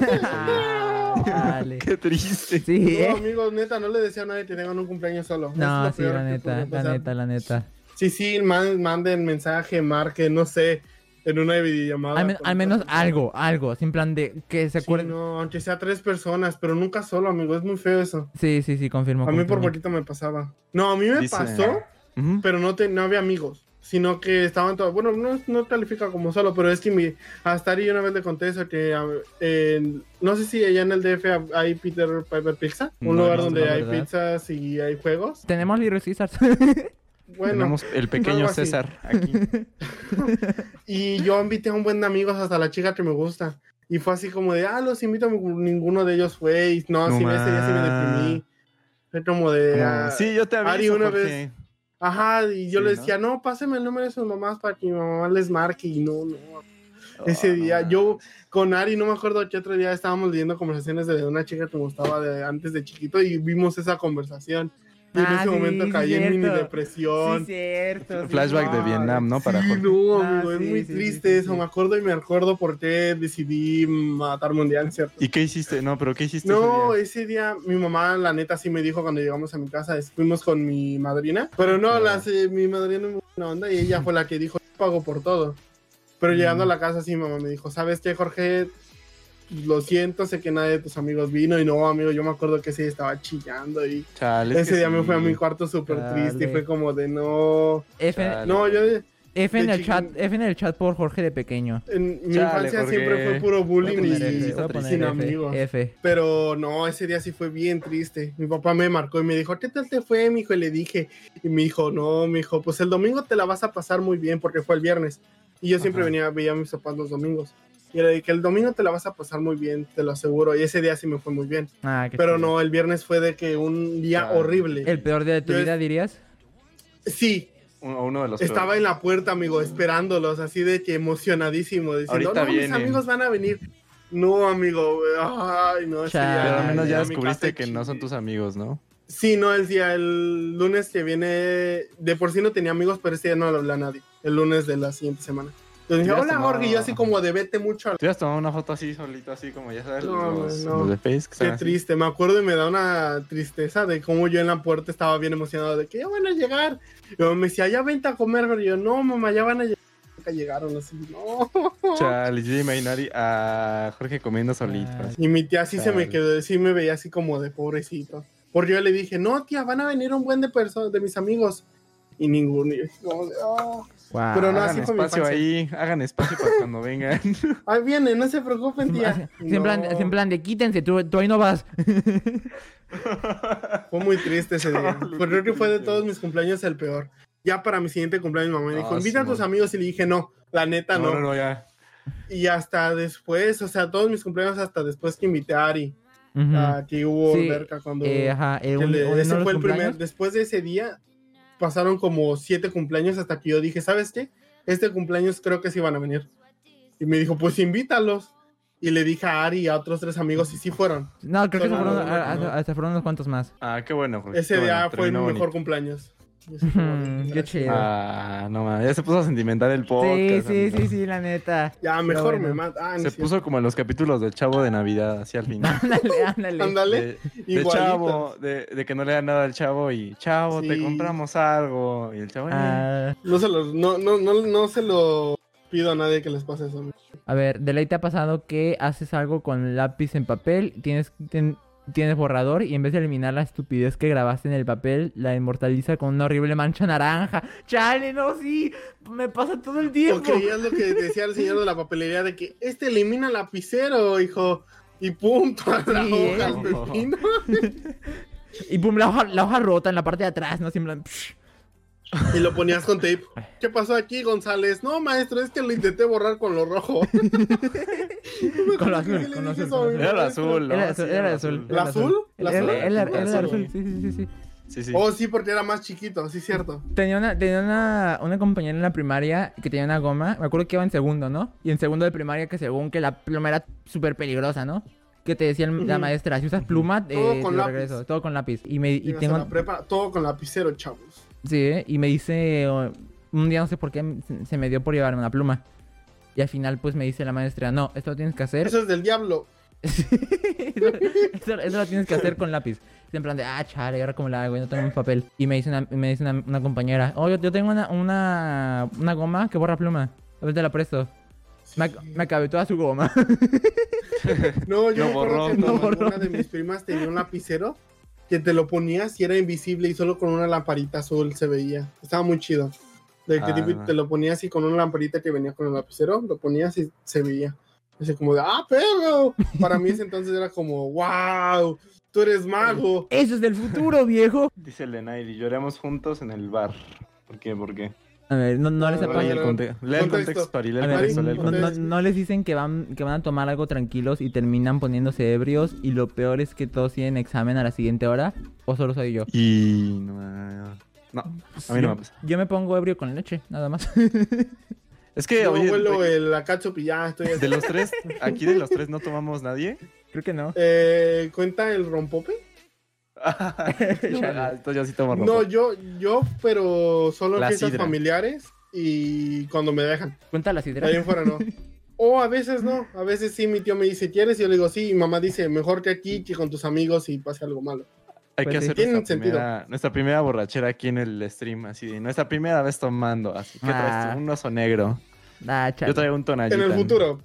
Speaker 1: Dale.
Speaker 2: qué triste.
Speaker 1: Sí,
Speaker 4: No,
Speaker 1: ¿eh?
Speaker 4: amigos, neta, no le decía a nadie que tengan un cumpleaños solo. Es
Speaker 1: No,
Speaker 4: lo
Speaker 1: sí,
Speaker 4: peor
Speaker 1: la
Speaker 4: que
Speaker 1: neta,
Speaker 4: podría
Speaker 1: la
Speaker 4: pasar.
Speaker 1: neta, la neta.
Speaker 4: Sí, sí, man- manden mensaje, marquen, no sé, en una videollamada.
Speaker 1: Al, men-
Speaker 4: con
Speaker 1: al menos
Speaker 4: otras
Speaker 1: algo, algo, sin plan de que se
Speaker 4: personas. Sí,
Speaker 1: acuerden.
Speaker 4: no, aunque sea tres personas, pero nunca solo, amigo, es muy feo eso.
Speaker 1: Sí, sí, sí, confirmo.
Speaker 4: A mí por
Speaker 1: confirmo.
Speaker 4: poquito me pasaba. No, a mí me
Speaker 2: Dice-
Speaker 4: pasó,
Speaker 2: Ujú.
Speaker 4: pero no, te, no había amigos, sino que estaban todos, bueno, no, no califica como solo, pero es que mi, hasta Ari una vez le conté eso, que a- en- no sé si allá en el DF hab- hay Peter Piper Pizza, un
Speaker 2: No,
Speaker 4: lugar
Speaker 2: no,
Speaker 4: donde
Speaker 1: no,
Speaker 4: hay
Speaker 1: ¿verdad?
Speaker 4: pizzas y hay juegos.
Speaker 1: Tenemos Little Caesars.
Speaker 4: Bueno,
Speaker 2: Tenemos el pequeño
Speaker 4: algo así.
Speaker 2: César aquí.
Speaker 4: Y yo invité a un buen de amigos hasta la chica que me gusta. Y fue así como de, ah, los invito, ninguno de ellos fue. Y no,
Speaker 2: No
Speaker 4: sí, ese día sí me
Speaker 2: ma.
Speaker 4: deprimí. Fue como de, ah,
Speaker 2: Eh, sí, yo te aviso,
Speaker 4: Ari, una
Speaker 2: Jorge.
Speaker 4: vez- ajá. Y yo
Speaker 2: Sí,
Speaker 4: le
Speaker 2: ¿no?
Speaker 4: decía, no, pásenme el número de sus mamás para que mi mamá les marque. Y no, no. Ese
Speaker 2: Ah,
Speaker 4: día,
Speaker 2: no.
Speaker 4: yo con Ari, no me acuerdo qué otro día estábamos leyendo conversaciones de una chica que me gustaba de antes de chiquito y vimos esa conversación. Y en
Speaker 1: Ah,
Speaker 4: ese
Speaker 1: sí,
Speaker 4: momento
Speaker 1: sí,
Speaker 4: caí en mini
Speaker 1: cierto.
Speaker 4: depresión.
Speaker 1: cierto. sí,
Speaker 2: Flashback de
Speaker 1: no.
Speaker 2: Vietnam, ¿no? Para
Speaker 4: Sí,
Speaker 2: Jorge.
Speaker 4: no,
Speaker 1: Ah,
Speaker 4: amigo, es
Speaker 1: sí,
Speaker 4: muy
Speaker 1: sí,
Speaker 4: triste
Speaker 1: sí, sí,
Speaker 4: eso.
Speaker 1: sí.
Speaker 4: Me acuerdo y me acuerdo por qué decidí matar mundial, ¿cierto?
Speaker 2: ¿Y qué hiciste? No, pero ¿qué hiciste?
Speaker 4: No,
Speaker 2: ese día?
Speaker 4: ese día mi mamá, la neta, sí me dijo cuando llegamos a mi casa, es- fuimos con mi madrina, pero no,
Speaker 2: Ah.
Speaker 4: las, eh, mi madrina es muy buena onda y ella fue la que dijo, "Yo pago por todo. Pero llegando a la casa, sí, mi mamá me dijo, ¿sabes qué, Jorge? Lo siento, sé que nadie de tus amigos vino y no, amigo, yo me acuerdo que ese día estaba chillando y
Speaker 2: Chale, es
Speaker 4: eh, ese
Speaker 2: que
Speaker 4: día
Speaker 2: sí.
Speaker 4: me fue a mi cuarto súper triste y
Speaker 1: Chale.
Speaker 4: fue como de no,
Speaker 1: F, en-
Speaker 2: Chale.
Speaker 4: no, yo
Speaker 1: F en
Speaker 4: de
Speaker 1: el chat,
Speaker 4: chiquín.
Speaker 1: F en el chat por Jorge de pequeño.
Speaker 4: en mi
Speaker 2: Chale,
Speaker 4: infancia
Speaker 2: Jorge.
Speaker 4: siempre fue puro
Speaker 1: Voy a
Speaker 4: bullying
Speaker 1: poner
Speaker 2: Sí,
Speaker 1: F,
Speaker 4: y
Speaker 1: voy a poner
Speaker 4: sin
Speaker 1: F,
Speaker 4: amigos.
Speaker 1: F.
Speaker 4: Pero no, ese día sí fue bien triste. Mi papá me marcó y me dijo, ¿qué tal te fue, mijo? Y le dije, y me dijo, no, mijo, pues el domingo te la vas a pasar muy bien porque fue el viernes. Y yo siempre
Speaker 2: Ajá.
Speaker 4: venía, veía a mis papás los domingos. Y le dije, el domingo te la vas a pasar muy bien, te lo aseguro. Y ese día sí me fue muy bien.
Speaker 1: Ah, qué
Speaker 4: Pero
Speaker 1: chido.
Speaker 4: no, el viernes fue de que un día
Speaker 2: Chale.
Speaker 4: horrible.
Speaker 1: El peor día de tu
Speaker 4: Yo es-
Speaker 1: vida, dirías.
Speaker 4: Sí,
Speaker 2: Uno, uno de los
Speaker 4: estaba en la puerta, amigo, esperándolos, así de que emocionadísimo, diciendo,
Speaker 2: Ahorita
Speaker 4: no, mis
Speaker 2: vienen".
Speaker 4: amigos van a venir. No, amigo, ay, no, ese
Speaker 1: Chale.
Speaker 4: día-
Speaker 2: Pero al menos ya
Speaker 4: a mi casa
Speaker 2: descubriste que no son
Speaker 4: chillé.
Speaker 2: tus amigos, ¿no?
Speaker 4: Sí, no, el día, el lunes que viene, de por sí no tenía amigos, pero este día no le hablé a nadie. El lunes de la siguiente semana. Entonces dije,
Speaker 2: Ya
Speaker 4: hola
Speaker 2: está,
Speaker 4: Jorge, y yo así
Speaker 2: no.
Speaker 4: como de vete mucho. a la-".
Speaker 2: Tú has tomado una foto así solito, así como ya sabes,
Speaker 4: No,
Speaker 2: los,
Speaker 4: no.
Speaker 2: los de Face. que son
Speaker 4: Qué
Speaker 2: así.
Speaker 4: triste, me acuerdo y me da una tristeza de cómo yo en la puerta estaba bien emocionado de que ya van a llegar. Y yo me decía, ya vente a comer, pero yo, no, mamá, ya van a llegar. Nunca llegaron, así, no.
Speaker 2: Chale, yo imaginari a Jorge comiendo solito.
Speaker 1: Ah,
Speaker 2: así.
Speaker 4: Y mi tía sí se me
Speaker 2: Chale.
Speaker 4: quedó, sí me veía así como de pobrecito. Porque yo le dije, no, tía, van a venir un buen de personas, de mis amigos. Y ninguno. Y yo, como de, "Ah".
Speaker 1: Wow.
Speaker 4: Pero no,
Speaker 2: hagan
Speaker 4: así fue mi
Speaker 2: espacio
Speaker 4: infancia.
Speaker 2: ahí, hagan espacio para cuando vengan.
Speaker 4: Ahí viene, no se preocupen,
Speaker 1: Siempre-
Speaker 4: tía.
Speaker 1: es en, plan,
Speaker 4: No,
Speaker 1: es en plan de quítense, tú, tú ahí no vas.
Speaker 4: Fue muy triste ese día.
Speaker 2: Chale,
Speaker 4: Pues creo
Speaker 2: qué
Speaker 4: que fue de
Speaker 2: triste.
Speaker 4: todos mis cumpleaños el peor. Ya para mi siguiente cumpleaños, mi mamá me dijo,
Speaker 2: Ah,
Speaker 4: invita a
Speaker 2: sí,
Speaker 4: tus
Speaker 2: no.
Speaker 4: amigos. Y le dije, no, la neta no.
Speaker 2: no, no, ya.
Speaker 4: Y hasta después, o sea, todos mis cumpleaños hasta después que invité a Ari.
Speaker 1: Ujú.
Speaker 4: Aquí hubo
Speaker 1: Sí,
Speaker 4: alberca Ah, cuando...
Speaker 1: Eh, ajá, eh,
Speaker 4: que
Speaker 1: un-
Speaker 4: le-
Speaker 1: uno de
Speaker 4: ese
Speaker 1: los
Speaker 4: fue el primer...
Speaker 1: cumpleaños.
Speaker 4: Después de ese día, pasaron como siete cumpleaños hasta que yo dije, ¿sabes qué? Este cumpleaños creo que sí van a venir. Y me dijo, pues invítalos. Y le dije a Ari y a otros tres amigos y sí fueron.
Speaker 1: No, creo que
Speaker 4: Solo
Speaker 1: fueron,
Speaker 4: uno,
Speaker 1: a- a-
Speaker 4: ¿no?
Speaker 1: hasta fueron unos cuantos más.
Speaker 2: Ah, qué bueno, Jorge.
Speaker 4: Ese
Speaker 2: qué
Speaker 4: día
Speaker 2: bueno,
Speaker 4: fue mi
Speaker 2: terminó
Speaker 4: mejor
Speaker 2: bonito.
Speaker 4: cumpleaños.
Speaker 1: Ujú, Qué chido.
Speaker 2: Ah, no mames, ya se puso sentimental el podcast.
Speaker 1: sí, sí,
Speaker 2: amigo.
Speaker 1: sí, sí, la neta.
Speaker 4: Ya,
Speaker 1: Pero
Speaker 4: mejor
Speaker 1: bueno.
Speaker 4: me mata. Ah,
Speaker 2: Se puso como en los capítulos del Chavo de Navidad, hacia el final.
Speaker 1: Ándale, ándale.
Speaker 4: Ándale.
Speaker 2: De, de
Speaker 4: igualito.
Speaker 2: Chavo, de, de que no le dan nada al Chavo y Chavo, te
Speaker 4: Sí.
Speaker 2: compramos algo. Y el Chavo, eh,
Speaker 1: Ah,
Speaker 4: No se lo, no, no, no, no se lo pido a nadie que les pase eso.
Speaker 1: a ver, de ley te ha pasado que haces algo con lápiz en papel, tienes, ten- tienes borrador y en vez de eliminar la estupidez que grabaste en el papel, la inmortaliza con una horrible mancha naranja. Chale, no, sí, me pasa todo el
Speaker 4: O
Speaker 1: tiempo.
Speaker 4: creías lo que decía el señor de la papelería de que este elimina lapicero, hijo. Y punto a la
Speaker 1: Sí,
Speaker 4: hoja al
Speaker 2: ¿eh?
Speaker 4: pepino.
Speaker 1: Y pum, la hoja, la hoja rota en la parte de atrás, ¿no? Siempre... psh.
Speaker 4: Y lo ponías con tape. ¿Qué pasó aquí, González? No, maestro, es que lo intenté borrar con lo rojo. Yo me
Speaker 1: Con lo
Speaker 4: acuerdo
Speaker 1: azul,
Speaker 4: que le
Speaker 1: con lo azul,
Speaker 4: dije eso a
Speaker 1: con lo
Speaker 4: mi
Speaker 2: Era el azul,
Speaker 4: maestro.
Speaker 2: ¿no?
Speaker 1: Era
Speaker 2: Sí,
Speaker 1: azul, era azul.
Speaker 4: ¿La
Speaker 1: era
Speaker 4: azul? ¿La
Speaker 1: Era-
Speaker 4: azul?
Speaker 1: era- era- era el
Speaker 2: Azul.
Speaker 1: azul, sí, sí, sí, sí.
Speaker 2: Sí, sí.
Speaker 4: Oh, sí, porque era más chiquito, sí, cierto.
Speaker 1: Tenía una, tenía una, una compañera en la primaria que tenía una goma. Me acuerdo que iba en segundo, ¿no? Y en segundo de primaria que según que la pluma era súper peligrosa, ¿no? Que te decía el- la
Speaker 4: Ujú.
Speaker 1: maestra, si usas pluma, eh,
Speaker 4: Todo
Speaker 1: te
Speaker 4: con
Speaker 1: lo
Speaker 4: lápiz.
Speaker 1: regreso. Todo con lápiz. Y me, y
Speaker 4: Llegas a
Speaker 1: tengo-
Speaker 4: la prepa, todo con lapicero, chavos.
Speaker 1: sí, ¿eh? y me dice, eh, un día no sé por qué se- se me dio por llevarme una pluma. Y al final pues me dice la maestra, no, esto lo tienes que hacer.
Speaker 4: Eso es del diablo.
Speaker 1: eso, eso- eso lo tienes que hacer con lápiz. Y En plan de, ah, chale, ¿y ahora cómo la hago, no tengo un papel. Y me dice una, me dice una, una compañera, oh, yo, yo tengo una, una, una goma que borra pluma. A ver, te la presto. Me, ac- me acabé toda su goma.
Speaker 4: No,
Speaker 2: Lo
Speaker 4: yo me acuerdo
Speaker 2: borró,
Speaker 4: que
Speaker 2: lo
Speaker 4: cuando
Speaker 1: borró.
Speaker 4: una de mis primas tenía un lapicero que te lo ponías y era invisible y solo con una lamparita azul se veía. Estaba muy chido. De que
Speaker 2: Ah,
Speaker 4: tipo,
Speaker 2: no.
Speaker 4: te lo ponías y con una lamparita que venía con el lapicero, lo ponías y se veía. Así como de, ¡ah, perro! Para mí ese entonces era como, ¡wow! ¡Tú eres mago!
Speaker 1: Eso es del futuro, viejo.
Speaker 2: Dice el de Nairi, lloramos juntos en el bar. ¿Por qué? ¿Por qué?
Speaker 1: A ver, no, no les
Speaker 4: No,
Speaker 1: ha
Speaker 4: no,
Speaker 2: Lee
Speaker 1: pasado.
Speaker 2: el, conte- lee el contexto,
Speaker 4: Contexto.
Speaker 2: Pari, lee
Speaker 1: A
Speaker 2: el
Speaker 1: ver,
Speaker 2: contexto, lee el
Speaker 1: no,
Speaker 2: contexto.
Speaker 1: no- no les dicen que van, que van a tomar algo tranquilos y terminan poniéndose ebrios y lo peor es que todos tienen examen a la siguiente hora o solo soy yo.
Speaker 2: Y... No, no, no. a mí no me pasa.
Speaker 1: Yo me pongo ebrio con leche, nada más.
Speaker 2: Es que,
Speaker 4: Yo
Speaker 2: oye,
Speaker 4: vuelo
Speaker 2: de,
Speaker 4: el acacho y ya estoy así.
Speaker 2: de los tres, aquí de los tres no tomamos nadie.
Speaker 1: Creo que no.
Speaker 4: Eh, ¿Cuenta el rompope?
Speaker 2: Ah, Esto yo sí tomo ropa.
Speaker 4: No, yo, yo, pero solo en
Speaker 2: La
Speaker 4: fiestas
Speaker 2: sidra.
Speaker 4: familiares y cuando me dejan.
Speaker 1: Cuenta la
Speaker 4: De ahí
Speaker 1: sidra.
Speaker 4: en fuera no. O a veces no, a veces sí, mi tío me dice, ¿quieres? Y yo le digo, sí, y mamá dice, mejor que aquí, que con tus amigos y pase algo malo.
Speaker 2: Hay
Speaker 1: Pues
Speaker 2: que
Speaker 1: sí.
Speaker 2: hacer
Speaker 4: Tiene
Speaker 2: nuestra
Speaker 4: sentido.
Speaker 2: primera, nuestra primera borrachera aquí en el stream, así de nuestra primera vez tomando. Así que traes
Speaker 1: Ah.
Speaker 2: tú? un oso negro.
Speaker 1: Ah, chale.
Speaker 2: Yo traigo un tonallita.
Speaker 4: En el futuro.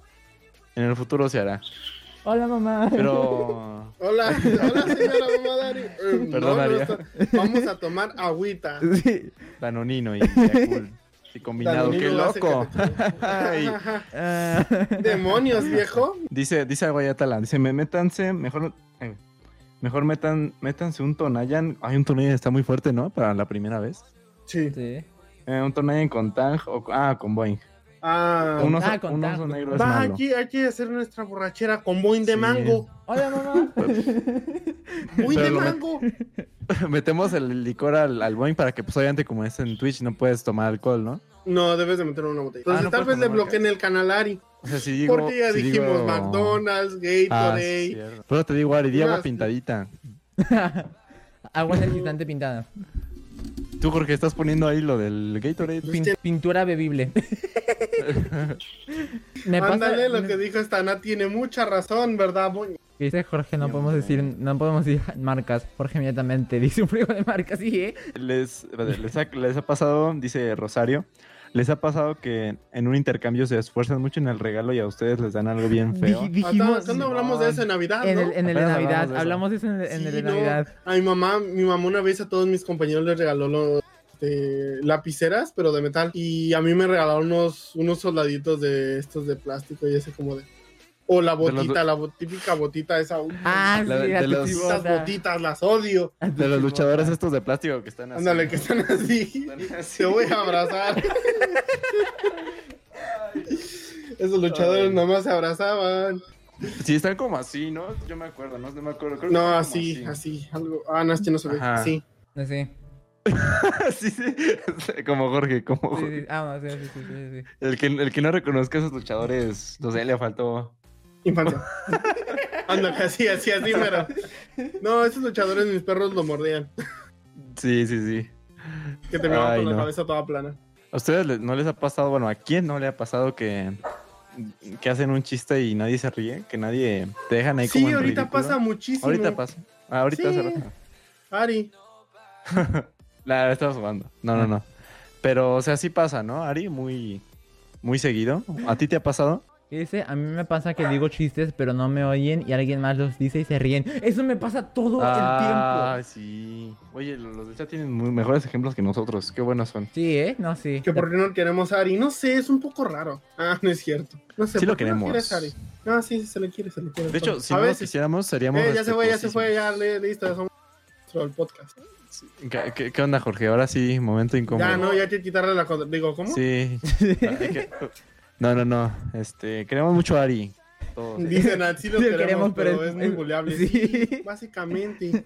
Speaker 2: En el futuro se hará.
Speaker 1: Hola, mamá.
Speaker 2: Pero.
Speaker 4: Hola, hola señora mamá Dari. Eh, no,
Speaker 2: Perdón,
Speaker 4: no
Speaker 2: Daria.
Speaker 4: está- Vamos a tomar agüita.
Speaker 1: Sí.
Speaker 2: Danonino y Yakult. Y combinado.
Speaker 4: Danonino
Speaker 2: ¡Qué
Speaker 4: hace
Speaker 2: loco!
Speaker 4: que te-
Speaker 2: Ay.
Speaker 1: Ah.
Speaker 2: eh,
Speaker 4: Demonios, viejo.
Speaker 2: Dice, dice algo allá Talán. Dice, me métanse, mejor. eh, Mejor metan, métanse un Tonayan. Hay un Tonayan está muy fuerte, ¿no? Para la primera vez.
Speaker 4: Sí.
Speaker 1: Sí.
Speaker 2: Eh, un Tonayan con Tang o ah, con Boing.
Speaker 4: Ah,
Speaker 2: Un oso,
Speaker 1: Tang, con
Speaker 2: un
Speaker 1: Tang.
Speaker 2: oso negro es
Speaker 4: va
Speaker 2: malo.
Speaker 4: aquí, hay que hacer nuestra borrachera con boing de
Speaker 2: Sí.
Speaker 4: mango.
Speaker 1: Hola, mamá.
Speaker 4: Boing de
Speaker 2: Pero lo met-
Speaker 4: mango.
Speaker 2: Metemos el licor al, al Boing para que, pues, obviamente, como es en Twitch, no puedes tomar alcohol, ¿no?
Speaker 4: No, debes de meter una botella. Entonces
Speaker 2: Ah, no
Speaker 4: tal
Speaker 2: puedes
Speaker 4: vez le
Speaker 2: tomar
Speaker 4: bloqueen el canal Ari.
Speaker 2: O sea, si digo.
Speaker 4: porque ya
Speaker 2: si
Speaker 4: dijimos
Speaker 2: digo-
Speaker 4: McDonald's,
Speaker 2: Ah,
Speaker 4: Gatorade.
Speaker 2: sí, cierto. Pero te digo, Ari, di agua
Speaker 4: Unas-
Speaker 2: pintadita.
Speaker 1: Agua energizante pintada.
Speaker 2: Tú, Jorge, estás poniendo ahí lo del Gatorade.
Speaker 4: Este-
Speaker 1: Pin- pintura bebible. Me pasa-
Speaker 4: Ándale, lo que dijo esta Ana tiene mucha razón, ¿verdad, Boing?
Speaker 1: que dice Jorge, no podemos decir, no podemos decir marcas. Jorge inmediatamente dice un frío de marcas, sí, ¿eh?
Speaker 2: Les, les, ha, les ha pasado, dice Rosario, les ha pasado que en un intercambio se esfuerzan mucho en el regalo y a ustedes les dan algo bien feo.
Speaker 1: Di-
Speaker 4: Hasta-
Speaker 1: dijimos
Speaker 4: Ah, ¿Cuándo hablamos de eso en Navidad,
Speaker 1: en
Speaker 4: no?
Speaker 1: el, en el de
Speaker 2: Apenas
Speaker 1: Navidad.
Speaker 2: hablamos
Speaker 1: Hablamos de eso en el, en el
Speaker 4: Sí,
Speaker 1: de
Speaker 4: no.
Speaker 1: Navidad.
Speaker 4: A mi mamá, mi mamá una vez a todos mis compañeros les regaló los este, lapiceras, pero de metal. Y a mí me regalaron unos, unos soldaditos de estos de plástico y ese como de... O la
Speaker 2: De los-
Speaker 4: botita, la bo- típica botita esa. uy,
Speaker 1: Ah,
Speaker 2: La-
Speaker 1: sí,
Speaker 2: de
Speaker 1: la
Speaker 2: los-
Speaker 1: tetiboda.
Speaker 4: Estas botitas las odio.
Speaker 2: De los luchadores estos de plástico que están así.
Speaker 4: Ándale, que están así.
Speaker 2: Están así.
Speaker 4: Te voy a abrazar. Esos luchadores nomás se abrazaban.
Speaker 2: Sí, están como así, ¿no? Yo me acuerdo, no, No me acuerdo. creo que
Speaker 4: No,
Speaker 2: están
Speaker 4: así,
Speaker 2: como
Speaker 4: así, algo. Ah, no, es que no se ve.
Speaker 2: Ajá.
Speaker 4: Sí.
Speaker 1: Sí,
Speaker 2: así. sí. Como Jorge, como
Speaker 1: sí,
Speaker 2: Jorge.
Speaker 1: sí. Ah, no, sí, sí, sí, sí, sí.
Speaker 2: El, que, el que no reconozca a esos luchadores, no sé, le faltó.
Speaker 4: Infancia. Ándale, así, así, así, pero. No, esos luchadores mis perros lo mordían.
Speaker 2: Sí, sí, sí.
Speaker 4: Que terminaban
Speaker 2: Ay,
Speaker 4: con
Speaker 2: no.
Speaker 4: la cabeza toda plana.
Speaker 2: ¿A ustedes le- no les ha pasado, bueno, a quién no le ha pasado que, que hacen un chiste y nadie se ríe? Que nadie te dejan ahí
Speaker 4: Sí,
Speaker 2: como en
Speaker 4: ahorita
Speaker 2: ridículo?
Speaker 4: pasa muchísimo.
Speaker 2: Ahorita pasa. Ah, ahorita
Speaker 4: Sí.
Speaker 2: se raja.
Speaker 4: Ari.
Speaker 2: La estamos jugando. No,
Speaker 4: Ah.
Speaker 2: no, no. Pero, o sea, sí pasa, ¿no, Ari? Muy, muy seguido. ¿A ti te ha pasado?
Speaker 1: ¿Qué dice? A mí me pasa que digo chistes, pero no me oyen y alguien más los dice y se ríen. Eso me pasa todo
Speaker 2: Ah,
Speaker 1: el tiempo.
Speaker 2: sí. Oye, lo- los del chat tienen muy- mejores ejemplos que nosotros. Qué buenos son.
Speaker 1: Sí, ¿eh? No, sí.
Speaker 4: Que por qué no queremos a Ari. No sé, es un poco raro. Ah, no es cierto. No sé.
Speaker 2: Sí lo
Speaker 4: ¿por qué no
Speaker 2: queremos.
Speaker 4: quieres a Ari? No, sí, sí, se le quiere, se le quiere.
Speaker 2: De hecho, si
Speaker 4: a
Speaker 2: no lo
Speaker 4: veces.
Speaker 2: quisiéramos, seríamos. este,
Speaker 4: Eh, ya se fue, ya se fue, ya le- listo, ya somos dentro del podcast.
Speaker 2: respetuosísimos. ¿Qué, qué, qué onda, Jorge? Ahora sí, momento incómodo.
Speaker 4: Ya no, ya hay que quitarle la contra. Digo, ¿cómo?
Speaker 2: Sí. Hay que- No, no, no. Este, queremos mucho a Ari. Todos. eh.
Speaker 4: Dicen así lo
Speaker 1: Sí,
Speaker 4: queremos, pero, es muy buleable.
Speaker 1: Sí,
Speaker 4: Básicamente.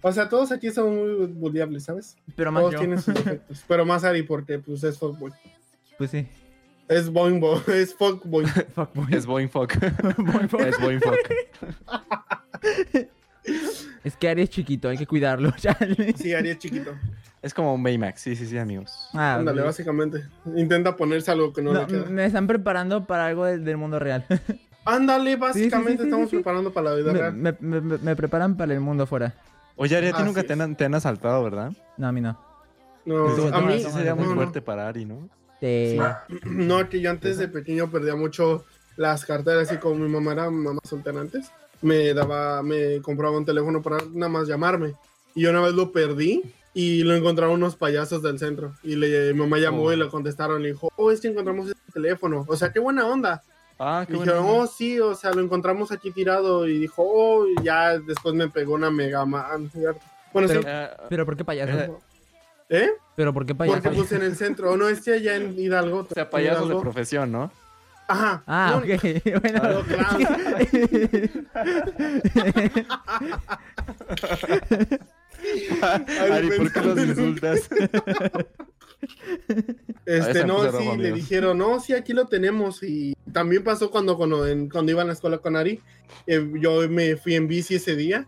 Speaker 4: O sea, todos aquí son muy buleables, ¿sabes?
Speaker 1: pero más
Speaker 4: Todos
Speaker 1: yo.
Speaker 4: tienen sus defectos. Pero más Ari, porque pues es fuckboy.
Speaker 1: Pues sí.
Speaker 4: Es boimbo, es fuckboy.
Speaker 1: Fuckboy.
Speaker 2: Es Boing Fuck. es Boing Fuck.
Speaker 1: Es que Ari es chiquito, hay que cuidarlo, chale.
Speaker 4: Sí, Ari es chiquito.
Speaker 2: Es como un Baymax. Sí, sí, sí, amigos.
Speaker 1: Ah,
Speaker 4: Ándale,
Speaker 1: ok.
Speaker 4: básicamente. Intenta ponerse algo que no,
Speaker 1: No,
Speaker 4: le queda.
Speaker 1: me están preparando para algo del, del mundo real.
Speaker 4: Ándale, básicamente
Speaker 1: sí, sí,
Speaker 4: estamos
Speaker 1: sí, sí.
Speaker 4: preparando para la vida
Speaker 1: Me,
Speaker 4: real.
Speaker 1: me- me- me- me preparan para el mundo afuera.
Speaker 2: Oye, Ari, a ti
Speaker 4: Así
Speaker 2: nunca te han, te han asaltado, ¿verdad?
Speaker 1: No, a mí no.
Speaker 4: No,
Speaker 1: Pues,
Speaker 4: a
Speaker 1: no,
Speaker 4: mí
Speaker 1: sí
Speaker 2: Eso sería muy
Speaker 4: no, no.
Speaker 2: fuerte para Ari, ¿no?
Speaker 1: Te-
Speaker 4: No, que yo antes de pequeño perdía mucho las carteras y como mi mamá era mamá soltera antes, me daba, me compraba un teléfono para nada más llamarme. Y yo una vez lo perdí y lo encontraron unos payasos del centro. Y le, mi mamá llamó
Speaker 2: Oh.
Speaker 4: y le contestaron, le dijo, oh, es que encontramos este teléfono. O sea, qué buena onda.
Speaker 2: Ah,
Speaker 4: Y dijeron, oh, sí, o sea, lo encontramos aquí tirado. Y dijo, oh, y ya después me pegó una Mega Ah, Man. Bueno, sí.
Speaker 2: Eh,
Speaker 1: Pero ¿por qué payaso?
Speaker 4: ¿Eh?
Speaker 1: Pero ¿por qué payaso?
Speaker 4: Porque pues, puse en el centro. No, es que allá en Hidalgo.
Speaker 2: o sea, payasos de
Speaker 4: Hidalgo.
Speaker 2: profesión, ¿no?
Speaker 4: Ajá.
Speaker 1: Ah,
Speaker 4: No,
Speaker 1: ok. Bueno.
Speaker 4: Pero claro.
Speaker 2: Ari, ¿por qué los
Speaker 4: pensando en un-
Speaker 2: insultas?
Speaker 4: Este,
Speaker 2: Esa
Speaker 4: no,
Speaker 2: empresa roba,
Speaker 4: sí, le
Speaker 2: amigos.
Speaker 4: dijeron, no, sí, aquí lo tenemos. Y también pasó cuando, cuando, en- cuando iba a la escuela con Ari. eh, yo me fui en bici ese día.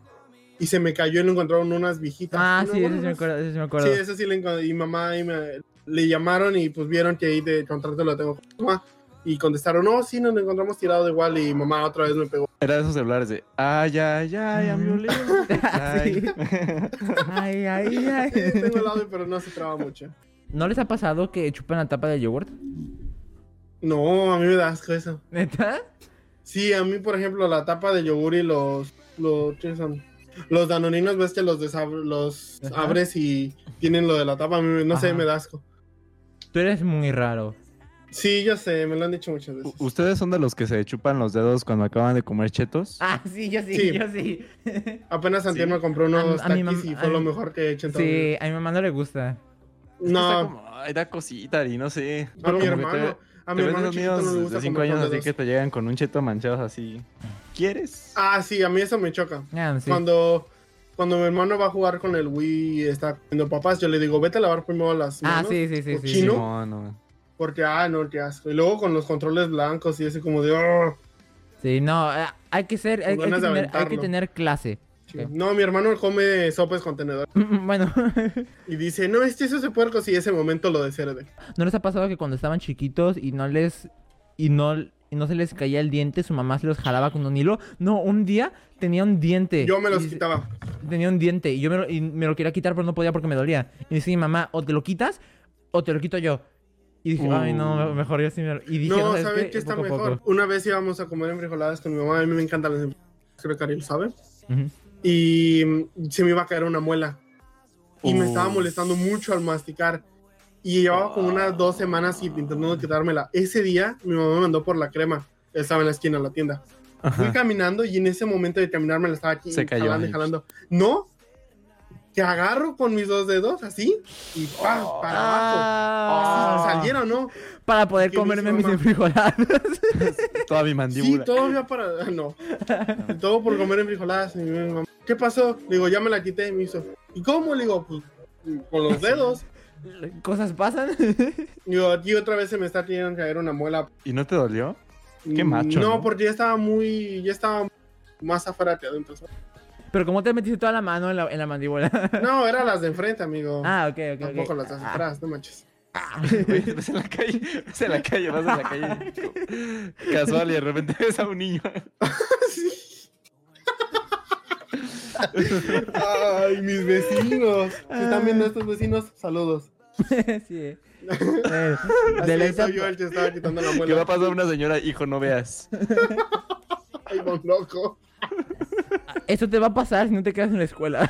Speaker 4: y se me cayó y lo encontraron unas viejitas.
Speaker 1: Ah,
Speaker 4: Unas
Speaker 1: sí, eso sí
Speaker 4: gordas.
Speaker 1: me acuerdo, eso sí me
Speaker 4: Sí,
Speaker 1: acuerdo.
Speaker 4: eso sí le encontré. Y mamá ahí me- le llamaron y pues vieron que ahí de contrato lo tengo con mamá. Y contestaron, no, sí, nos lo encontramos tirado de igual. Y mamá otra vez me pegó.
Speaker 2: Era de esos celulares de ay, ay, ay,
Speaker 1: Mm.
Speaker 2: amiolín. Ay.
Speaker 1: Ay, ay, ay.
Speaker 4: "Eh, tengo el audio, pero no se traba mucho.
Speaker 1: ¿No les ha pasado que chupan la tapa del yogurt?
Speaker 4: No, a mí me da asco eso.
Speaker 1: ¿Neta?
Speaker 4: Sí, a mí, por ejemplo, la tapa de yogur y los. los ¿qué son? Los danoninos, ves que los, desab- los
Speaker 1: Ajá.
Speaker 4: abres y tienen lo de la tapa. A mí, me- no sé,
Speaker 1: Ajá.
Speaker 4: me da asco.
Speaker 1: Tú eres muy raro.
Speaker 4: Sí, yo sé, me lo han dicho muchas veces.
Speaker 2: U- ¿Ustedes son de los que se chupan los dedos cuando acaban de comer chetos?
Speaker 1: Ah, sí, yo sí,
Speaker 4: Sí.
Speaker 1: yo sí.
Speaker 4: Apenas Antier me compró unos
Speaker 1: A- a mi
Speaker 4: taquis
Speaker 1: mam-
Speaker 4: y fue
Speaker 1: a-
Speaker 4: lo mejor que he hecho en todo
Speaker 1: Sí, a mi mamá no le gusta.
Speaker 2: Es que
Speaker 4: No,
Speaker 2: está como, ay, da cosita y no sé.
Speaker 4: a
Speaker 2: Como
Speaker 4: mi
Speaker 2: que
Speaker 4: hermano. A
Speaker 2: Te, te
Speaker 4: mi
Speaker 2: ves
Speaker 4: hermano
Speaker 2: esos
Speaker 4: chiquito no le
Speaker 2: niños
Speaker 4: gusta
Speaker 2: de 5
Speaker 4: comer con
Speaker 2: años así
Speaker 4: dedos.
Speaker 2: que te llegan con un cheto manchado así. ¿Quieres?
Speaker 4: Ah, sí, a mí eso me choca.
Speaker 1: Ah, sí.
Speaker 4: Cuando, cuando mi hermano va a jugar con el Wii y está comiendo papas, yo le digo, vete a lavar primero las
Speaker 1: Ah,
Speaker 4: manos.
Speaker 1: sí, sí, sí, sí, sí.
Speaker 4: cochino.
Speaker 2: No, no.
Speaker 4: Porque, ah, no, qué asco. Y luego con los controles blancos y ese como de... "Oh". "Arr".
Speaker 1: Sí, no, eh, hay que ser, hay, hay que
Speaker 4: ganas de
Speaker 1: tener, hay que
Speaker 4: aventarlo.
Speaker 1: tener clase.
Speaker 4: Sí.
Speaker 1: Ok.
Speaker 4: No, mi hermano come sopes con tenedor.
Speaker 1: Bueno,
Speaker 4: Y dice, no, este eso es de puercos y ese momento lo deserde.
Speaker 1: ¿no les ha pasado que cuando estaban chiquitos y no les, y no, y no se les caía el diente, su mamá se los jalaba con un hilo? No, un día tenía un diente.
Speaker 4: Yo me los
Speaker 1: Y-
Speaker 4: quitaba.
Speaker 1: Tenía un diente y yo me lo, y me lo quería quitar, pero no podía porque me dolía. Y dice mi mamá, o te lo quitas o te lo quito yo. Y dije,
Speaker 2: Uh.
Speaker 1: ay, no, mejor yo sí me lo... Y dije,
Speaker 4: No,
Speaker 1: "¿Sabes
Speaker 4: ¿saben qué está
Speaker 1: Poco a
Speaker 4: mejor?
Speaker 1: poco".
Speaker 4: Una vez íbamos a comer enfrijoladas con mi mamá. A mí me encantan las enfrijoladas. Creo que Ariel sabe.
Speaker 1: Ujú.
Speaker 4: y mm, se me iba a caer una muela. Y me
Speaker 2: Oh.
Speaker 4: estaba molestando mucho al masticar. Y llevaba como unas dos semanas y intentando quitármela. Ese día mi mamá me mandó por la crema. Estaba en la esquina de la tienda. Fui
Speaker 2: Ajá.
Speaker 4: caminando y en ese momento de caminar me la estaba aquí
Speaker 2: Se cayó,
Speaker 4: jalando y
Speaker 2: ay.
Speaker 4: jalando. No, que agarro con mis dos dedos así y ¡pam! para abajo.
Speaker 1: Ah.
Speaker 4: Así salieron, ¿no?
Speaker 1: Para poder
Speaker 4: ¿Qué me
Speaker 1: comerme
Speaker 4: hizo
Speaker 1: mis
Speaker 4: mamá?
Speaker 1: enfrijoladas.
Speaker 2: Toda mi mandíbula.
Speaker 4: Sí, todavía para. No. Todo por comer enfrijoladas. Y mi mamá, ¿Qué pasó? Le digo, ya me la quité. Y me hizo. ¿Y cómo? Le digo, pues con los dedos.
Speaker 1: Cosas pasan.
Speaker 4: Y Digo, aquí otra vez se me está teniendo que caer una muela. Mm,
Speaker 2: ¿Y no te dolió? Qué macho,
Speaker 4: No,
Speaker 2: ¿no?
Speaker 4: porque ya estaba muy. Ya estaba más afuera que adentro. ¿sabes?
Speaker 1: Pero como te metiste toda la mano en la, en la mandíbula.
Speaker 4: No, eran las de enfrente, amigo.
Speaker 1: ah, ok, ok, ok.
Speaker 4: Tampoco las de
Speaker 1: Ah,
Speaker 4: atrás, no manches.
Speaker 2: Güey, Vas en la calle, vas en la calle, vas en la calle. Casual y de repente ves a un niño.
Speaker 4: Ay, mis vecinos. Si están viendo estos vecinos, saludos.
Speaker 1: sí. Eh,
Speaker 4: Así
Speaker 1: deleita-
Speaker 4: soy yo el que estaba quitando la
Speaker 2: ¿Qué va a
Speaker 4: muela.
Speaker 2: pasar a una señora? Hijo, no veas.
Speaker 4: Ay, don loco.
Speaker 1: Eso te va a pasar si no te quedas en la escuela.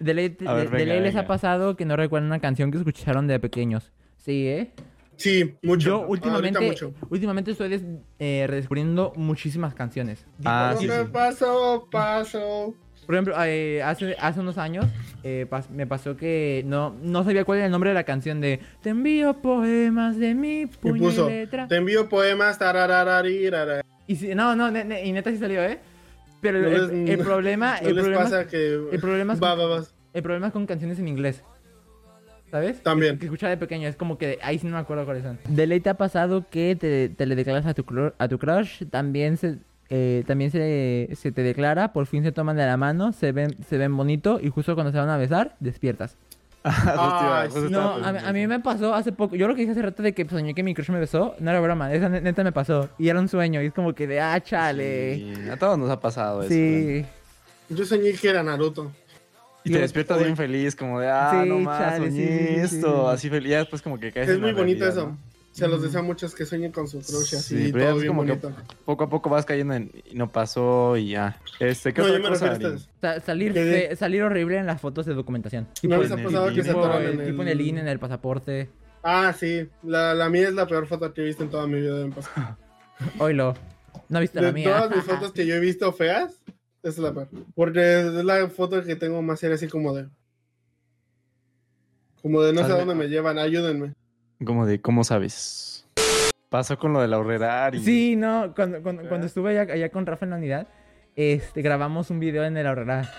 Speaker 1: De ley,
Speaker 2: A ver,
Speaker 1: de- de
Speaker 2: venga,
Speaker 1: ley les ha
Speaker 2: venga.
Speaker 1: pasado que no recuerdan una canción que escucharon de pequeños. Sí, ¿eh?
Speaker 4: Sí, mucho. Ah,
Speaker 1: Yo últimamente,
Speaker 4: Ahorita mucho.
Speaker 1: últimamente estoy des- eh, redescubriendo muchísimas canciones.
Speaker 2: Ah,
Speaker 4: Lo
Speaker 2: sí,
Speaker 4: que
Speaker 2: sí.
Speaker 4: pasó, pasó.
Speaker 1: Por ejemplo, eh, hace, hace unos años eh, pas- me pasó que no, no sabía cuál era el nombre de la canción de Te envío poemas de mi
Speaker 4: Y
Speaker 1: puño
Speaker 4: puso,
Speaker 1: y letra.
Speaker 4: te envío poemas, tararararirara.
Speaker 1: Y sí- no, no, ne- ne- y neta sí salió, ¿eh? Pero
Speaker 4: No
Speaker 1: el,
Speaker 4: les-
Speaker 1: el problema,
Speaker 4: ¿No
Speaker 1: el,
Speaker 4: les
Speaker 1: problema
Speaker 4: pasa que...?
Speaker 1: el problema es-
Speaker 4: Va, va, va.
Speaker 1: el problema es con canciones en inglés. ¿Sabes?
Speaker 4: También.
Speaker 1: Que escuchaba de pequeño, es como que ahí sí no me acuerdo cuáles son. De ley te ha pasado que te, te le declaras a tu, cru- a tu crush, también se, eh, también se, se te declara, por fin se toman de la mano, se ven, se ven bonito y justo cuando se van a besar, despiertas.
Speaker 4: Ah,
Speaker 2: Justo
Speaker 4: sí,
Speaker 1: No,
Speaker 2: estaba
Speaker 1: a, mí-
Speaker 2: pensando
Speaker 1: a mí
Speaker 2: eso.
Speaker 1: me pasó hace poco, yo lo que dije hace rato de que soñé que mi crush me besó, no era broma, esa ne- neta me pasó. Y era un sueño, y es como que de, ah, chale.
Speaker 2: Sí, a todos nos ha pasado
Speaker 1: Sí.
Speaker 2: eso.
Speaker 4: Yo soñé que era Naruto.
Speaker 2: Y te despiertas bien feliz, como de, ah,
Speaker 1: Sí,
Speaker 2: no más,
Speaker 1: chale,
Speaker 2: soñé
Speaker 1: sí, sí, sí, sí.
Speaker 2: esto. Así feliz. Ya después como que caes
Speaker 4: Es
Speaker 2: en la
Speaker 4: muy bonito
Speaker 2: realidad,
Speaker 4: eso.
Speaker 2: ¿no?
Speaker 4: Se los deseo a muchos que sueñen con su crush y así,
Speaker 2: Sí, pero ya
Speaker 4: todo
Speaker 2: es
Speaker 4: bien
Speaker 2: como que-
Speaker 4: bonito.
Speaker 2: Poco a poco vas cayendo en... Y no pasó y ya. Este, ¿qué
Speaker 4: No,
Speaker 2: otra
Speaker 4: yo me
Speaker 2: cosa,
Speaker 4: refiero a
Speaker 2: Ari?
Speaker 4: ustedes.
Speaker 1: Sa- salir,
Speaker 4: Que de-
Speaker 1: fe- salir horrible en las fotos de documentación.
Speaker 4: ¿No
Speaker 2: en
Speaker 4: les ha
Speaker 2: el
Speaker 4: pasado que
Speaker 2: INE.
Speaker 4: se
Speaker 1: Tipo,
Speaker 4: atoran
Speaker 1: eh,
Speaker 4: en el...
Speaker 1: tipo en el INE, en el pasaporte.
Speaker 4: Ah, sí. La, la mía es la peor foto que he visto en toda mi vida. De, mi pasado.
Speaker 1: Oilo. No viste la
Speaker 4: de
Speaker 1: mía.
Speaker 4: todas mis fotos que yo he visto feas, esa es la peor. Porque es la foto que tengo más seria así como de... Como de no sé a
Speaker 2: Hazme-
Speaker 4: dónde me llevan, ayúdenme.
Speaker 2: Como de, ¿cómo sabes? Pasó con lo de la horrera, Ari.
Speaker 1: Sí, no, cuando, cuando, cuando estuve allá, allá con Rafa en la unidad, este, grabamos un video en el Aurrera.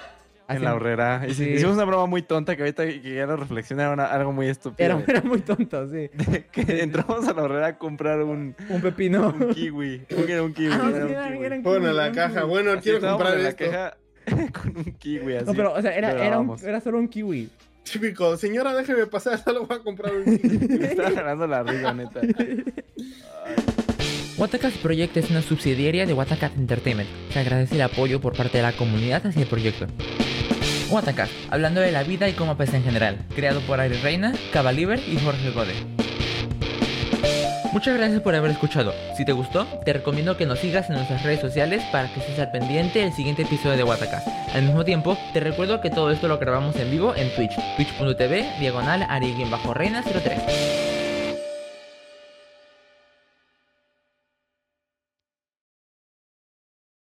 Speaker 2: En la horrera. Hici-
Speaker 1: Sí.
Speaker 2: Hicimos una broma muy tonta que ahorita que ya lo reflexioné era una- algo muy estúpido.
Speaker 1: Era, era muy tonto, sí.
Speaker 2: que entramos a la horrera a comprar un,
Speaker 1: Un pepino.
Speaker 2: un kiwi. Un, era un kiwi.
Speaker 1: Ah,
Speaker 2: era
Speaker 1: sí,
Speaker 2: un
Speaker 1: era-
Speaker 2: kiwi.
Speaker 1: era un
Speaker 4: Bueno,
Speaker 1: kiwi,
Speaker 4: la
Speaker 1: un
Speaker 4: caja,
Speaker 1: kiwi.
Speaker 4: bueno,
Speaker 2: Así
Speaker 4: quiero
Speaker 2: estábamos
Speaker 4: comprar
Speaker 2: en la
Speaker 4: esto.
Speaker 2: caja con un kiwi así.
Speaker 6: No, pero, o sea, era, era, un-
Speaker 2: llorábamos.
Speaker 6: era solo un kiwi.
Speaker 4: Típico, señora, déjeme pasar, solo voy a comprar un kiwi.
Speaker 2: Me estaba ganando la risa, neta.
Speaker 1: Watacat Project es una subsidiaria de Watacat Entertainment. Se agradece el apoyo por parte de la comunidad hacia el proyecto. Watacat, hablando de la vida y cómo pesa en general, creado por Ari Reina, Cabaliver y Jorge Gode. Muchas gracias por haber escuchado. Si te gustó, te recomiendo que nos sigas en nuestras redes sociales para que estés al pendiente del siguiente episodio de Watacat. Al mismo tiempo, te recuerdo que todo esto lo grabamos en vivo en Twitch, twitch.tv, diagonal, ari-reina03.